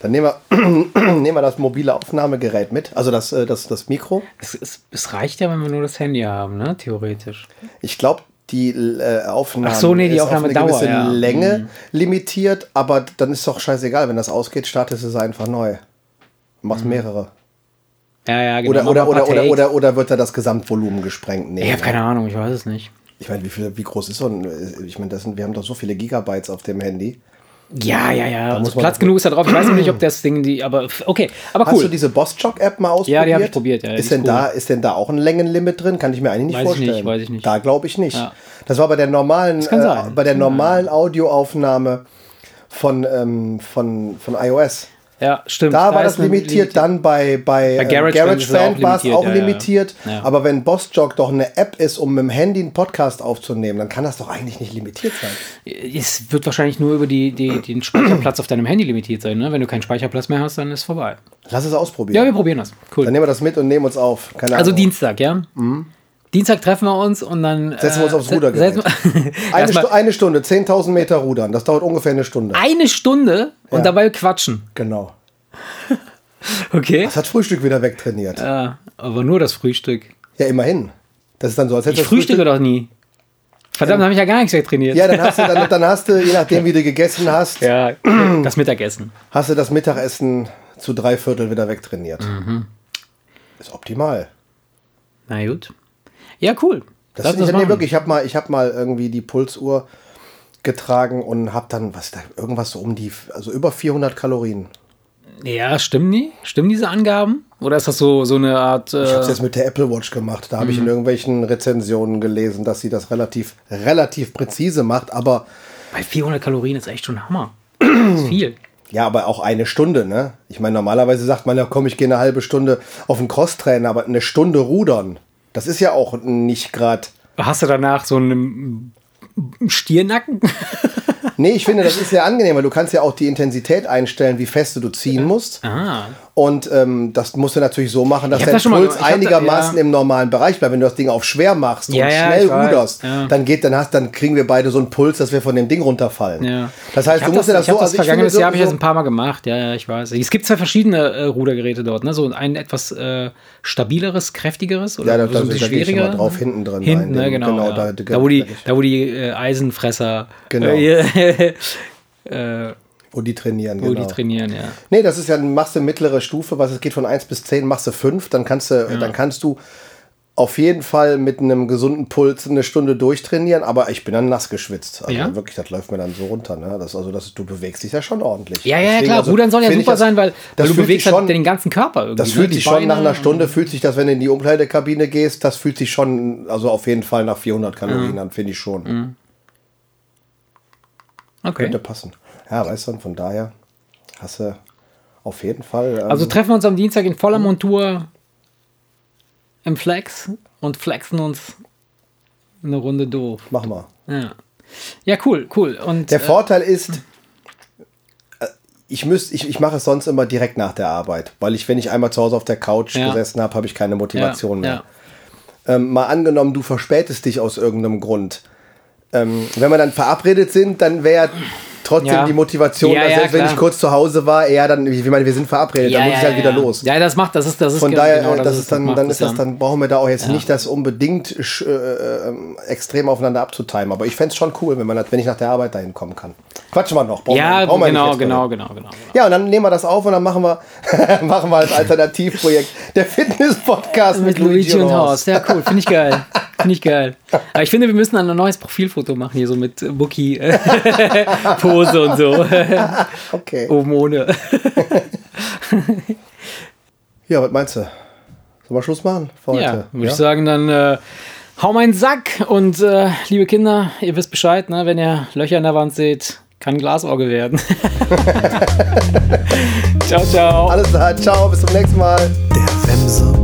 Speaker 1: Dann nehmen wir, *clears throat* nehmen wir das mobile Aufnahmegerät mit, also das, äh, das, das Mikro.
Speaker 2: Es, es, es reicht ja, wenn wir nur das Handy haben, ne? Theoretisch.
Speaker 1: Ich glaube, die äh, Aufnahme
Speaker 2: Ach so, nee, die
Speaker 1: ist
Speaker 2: Aufnahme
Speaker 1: auf eine
Speaker 2: Dauer,
Speaker 1: gewisse
Speaker 2: ja. Mhm.
Speaker 1: Länge limitiert, aber dann ist doch scheißegal, wenn das ausgeht, startest du es einfach neu. Machst mehrere.
Speaker 2: Mhm. Ja, ja, genau.
Speaker 1: Oder,
Speaker 2: Machen
Speaker 1: oder, oder,
Speaker 2: wir ein paar
Speaker 1: oder,
Speaker 2: Takes.
Speaker 1: oder, oder wird da das Gesamtvolumen gesprengt? Nee.
Speaker 2: Ich habe keine Ahnung, ich weiß es nicht.
Speaker 1: Ich meine, wie, viel, wie groß ist so ein. äh, Ich meine, das sind- wir haben doch so viele Gigabytes auf dem Handy.
Speaker 2: Ja, ja, ja. Also
Speaker 1: muss man-
Speaker 2: Platz genug ist da drauf. Ich weiß noch nicht, ob das Ding die. Aber f- okay, aber
Speaker 1: Hast du
Speaker 2: cool.
Speaker 1: diese Boss-Jog-App mal ausprobiert?
Speaker 2: Ja, die hab ich probiert, ja, die
Speaker 1: ist,
Speaker 2: ist
Speaker 1: denn
Speaker 2: cool.
Speaker 1: da, ist denn da auch ein Längenlimit drin? Kann ich mir eigentlich nicht
Speaker 2: Weiß ich
Speaker 1: vorstellen.
Speaker 2: nicht, weiß ich nicht.
Speaker 1: Da glaube ich nicht.
Speaker 2: Ja.
Speaker 1: Das war bei der normalen,
Speaker 2: kann
Speaker 1: äh,
Speaker 2: sein.
Speaker 1: bei der
Speaker 2: Kann sein.
Speaker 1: normalen Audioaufnahme von, ähm, von, von iOS.
Speaker 2: ja, stimmt.
Speaker 1: Da, war
Speaker 2: ist
Speaker 1: das
Speaker 2: eine
Speaker 1: limitiert, dann bei, bei, ähm,
Speaker 2: GarageBand ist es
Speaker 1: GarageBand
Speaker 2: auch
Speaker 1: war es auch
Speaker 2: limitiert, ja, ja.
Speaker 1: limitiert.
Speaker 2: Ja.
Speaker 1: Aber wenn BossJog doch eine App ist, um mit dem Handy einen Podcast aufzunehmen, dann kann das doch eigentlich nicht limitiert sein.
Speaker 2: Es wird wahrscheinlich nur über die, die, den Speicherplatz auf deinem Handy limitiert sein. Ne? Wenn du keinen Speicherplatz mehr hast, dann ist vorbei.
Speaker 1: Lass es ausprobieren.
Speaker 2: Ja, wir probieren das.
Speaker 1: Dann
Speaker 2: Cool.
Speaker 1: nehmen wir das mit und nehmen uns auf. Keine
Speaker 2: Also
Speaker 1: Ahnung.
Speaker 2: Dienstag, ja? Dienstag treffen wir uns und dann. äh,
Speaker 1: Setzen wir uns aufs
Speaker 2: se-
Speaker 1: Rudergerät.
Speaker 2: setzen wir- *laughs*
Speaker 1: Eine,
Speaker 2: Erstmal Ah.
Speaker 1: Stu eine Stunde, 10.000 Meter rudern. Das dauert ungefähr eine Stunde.
Speaker 2: eine Stunde und
Speaker 1: Ja.
Speaker 2: dabei quatschen.
Speaker 1: Genau.
Speaker 2: Okay.
Speaker 1: Das hat Frühstück wieder wegtrainiert. Ja,
Speaker 2: Ja, aber nur das Frühstück.
Speaker 1: immerhin. Das ist dann so, als hätte
Speaker 2: Ich frühstücke doch nie. Verdammt, habe ich ja gar nichts wegtrainiert.
Speaker 1: Ja, dann hast, du, dann, dann hast du, je nachdem, wie du gegessen hast,
Speaker 2: Ja, das Mittagessen.
Speaker 1: hast du das
Speaker 2: Mhm.
Speaker 1: Mittagessen zu drei Viertel wieder wegtrainiert. Ist optimal.
Speaker 2: Na gut. Ja, cool.
Speaker 1: Das
Speaker 2: Lass
Speaker 1: finde ich halt-
Speaker 2: machen.
Speaker 1: nee, wirklich. Ich habe mal, ich hab mal irgendwie die Pulsuhr getragen und habe dann was da irgendwas so um die also über 400 Kalorien.
Speaker 2: Ja, stimmen die? Stimmen diese Angaben? Oder ist das so, so eine Art.
Speaker 1: Ich habe es
Speaker 2: Äh, Mhm.
Speaker 1: jetzt mit der Apple Watch gemacht. Da habe ich in irgendwelchen Rezensionen gelesen, dass sie das relativ relativ präzise macht, aber
Speaker 2: äh, bei 400 Kalorien ist echt schon
Speaker 1: *clears throat*
Speaker 2: Hammer. Das ist viel.
Speaker 1: ja, aber auch eine Stunde, ne? Ich meine, normalerweise sagt man ja, komm, ich gehe eine halbe Stunde auf den Crosstrainer, aber eine Stunde rudern. Das ist ja auch nicht gerade
Speaker 2: Hast du danach so einen Stiernacken?
Speaker 1: Nee, ich finde, das ist sehr angenehm, weil du kannst ja auch die Intensität einstellen, wie feste du ziehen musst.
Speaker 2: ah.
Speaker 1: Und ähm, das musst du natürlich so machen, dass
Speaker 2: hab
Speaker 1: dein
Speaker 2: das schon mal
Speaker 1: Puls
Speaker 2: gemacht. Ich hab da-
Speaker 1: einigermaßen
Speaker 2: ja.
Speaker 1: im normalen Bereich bleibt. Wenn du das Ding auf schwer machst
Speaker 2: Ja,
Speaker 1: und
Speaker 2: ja,
Speaker 1: schnell
Speaker 2: ich weiß.
Speaker 1: ruderst,
Speaker 2: Ja.
Speaker 1: dann geht, dann hast, dann kriegen wir beide so einen Puls, dass wir von dem Ding runterfallen.
Speaker 2: Ja.
Speaker 1: *laughs* Das heißt,
Speaker 2: ich
Speaker 1: du
Speaker 2: hab
Speaker 1: musst dir das
Speaker 2: ich
Speaker 1: so also
Speaker 2: hab
Speaker 1: ich
Speaker 2: das
Speaker 1: finde
Speaker 2: vergangenes Jahr habe ich
Speaker 1: so-
Speaker 2: das ein paar Mal gemacht. Ja, ja, ich weiß. Es gibt zwei verschiedene äh, Rudergeräte dort, ne? So ein etwas äh, stabileres, kräftigeres oder
Speaker 1: Ja, da-
Speaker 2: so
Speaker 1: da-
Speaker 2: ein bisschen
Speaker 1: da geh ich immer
Speaker 2: schwieriger.
Speaker 1: drauf,
Speaker 2: ne?
Speaker 1: hinten drin rein,
Speaker 2: Hinten, ne?
Speaker 1: den-
Speaker 2: genau.
Speaker 1: genau, da-
Speaker 2: ja. da, wo die,
Speaker 1: da ich-
Speaker 2: da wo die äh, Eisenfresser
Speaker 1: Genau.
Speaker 2: äh, *laughs* äh,
Speaker 1: wo die trainieren,
Speaker 2: wo
Speaker 1: genau.
Speaker 2: die trainieren, ja.
Speaker 1: Nee, das ist ja, machst du mittlere Stufe, was es geht von 1 bis 10, machst du 5, dann kannst du, dann kannst du auf jeden Fall mit einem gesunden Puls eine Stunde durchtrainieren, aber ich bin dann nass geschwitzt. Also
Speaker 2: Ja?
Speaker 1: wirklich, das läuft mir dann so runter. Ne? Das, also das, du bewegst dich ja schon ordentlich.
Speaker 2: Ja, ja, ja,
Speaker 1: Deswegen,
Speaker 2: klar.
Speaker 1: also,
Speaker 2: Rudern soll ja
Speaker 1: finde ich
Speaker 2: super
Speaker 1: das-
Speaker 2: sein, weil,
Speaker 1: das
Speaker 2: weil du
Speaker 1: fühlt sich
Speaker 2: bewegst halt
Speaker 1: schon-
Speaker 2: den ganzen Körper irgendwie.
Speaker 1: Das
Speaker 2: ne?
Speaker 1: fühlt
Speaker 2: Die
Speaker 1: sich schon
Speaker 2: Beine
Speaker 1: nach einer Stunde, fühlt sich das, wenn du in die Umkleidekabine gehst, das fühlt sich schon, also auf jeden Fall nach 400 Kalorien an, finde ich schon.
Speaker 2: Mhm. Okay.
Speaker 1: Könnte passen. Ja, weißt du, und von daher hast du auf jeden Fall. ähm,
Speaker 2: Also treffen wir uns am Dienstag in
Speaker 1: Mhm.
Speaker 2: voller Montur im Flex und flexen uns eine Runde doof.
Speaker 1: mach mal.
Speaker 2: Ja, ja cool, cool. Und
Speaker 1: Der
Speaker 2: äh,
Speaker 1: Vorteil ist, äh, ich, müsst, ich, ich mache es sonst immer direkt nach der Arbeit, weil ich, wenn ich einmal zu Hause auf der Couch
Speaker 2: Ja.
Speaker 1: gesessen habe, habe ich keine
Speaker 2: ja,
Speaker 1: Motivation mehr.
Speaker 2: äh, ja.
Speaker 1: Ähm, mal angenommen, du verspätest dich aus irgendeinem Grund. Ähm, wenn wir dann verabredet sind, dann wäre trotzdem
Speaker 2: Ja.
Speaker 1: die Motivation,
Speaker 2: Ja,
Speaker 1: dass
Speaker 2: ja,
Speaker 1: selbst wenn
Speaker 2: klar.
Speaker 1: ich kurz zu Hause war, ja, dann, ich meine, wir sind verabredet, dann muss ich halt wieder
Speaker 2: ja.
Speaker 1: los.
Speaker 2: Ja, das macht, das ist, das ist
Speaker 1: Von
Speaker 2: ge-
Speaker 1: daher,
Speaker 2: genau,
Speaker 1: äh, das ist dann,
Speaker 2: macht
Speaker 1: dann
Speaker 2: es,
Speaker 1: ist das,
Speaker 2: ja.
Speaker 1: dann brauchen wir da auch jetzt nicht das unbedingt sch- äh, äh, ähm, extrem aufeinander abzutimen. Aber ich fände es schon cool, wenn man das, wenn ich nach der Arbeit dahin kommen kann. Quatschen wir noch. Brauchen
Speaker 2: Ja,
Speaker 1: wir- brauchen wir nicht
Speaker 2: genau,
Speaker 1: jetzt gerade.
Speaker 2: genau, genau, genau.
Speaker 1: Ja, und dann nehmen wir das auf und dann machen wir, *laughs* machen wir als
Speaker 2: *laughs*
Speaker 1: Alternativprojekt der Fitness-Podcast mit, Luigi und Horst.
Speaker 2: Ja, cool, finde ich geil. Finde
Speaker 1: *laughs*
Speaker 2: ich geil. Aber ich finde, wir müssen dann ein neues Profilfoto machen, hier so mit äh, *laughs* Bookie-Pose und
Speaker 1: *laughs*
Speaker 2: so.
Speaker 1: Okay.
Speaker 2: Oben ohne.
Speaker 1: Ja, was meinst du? Sollen wir Schluss machen für heute?
Speaker 2: Ja, würde ich sagen, dann äh, hau mal in den Sack. Und äh, liebe Kinder, ihr wisst Bescheid, ne? wenn ihr Löcher in der Wand seht, kann Glasorgel
Speaker 1: *laughs*
Speaker 2: werden. ciao, ciao.
Speaker 1: Alles klar, ciao, bis zum nächsten Mal.
Speaker 3: Der Wemse.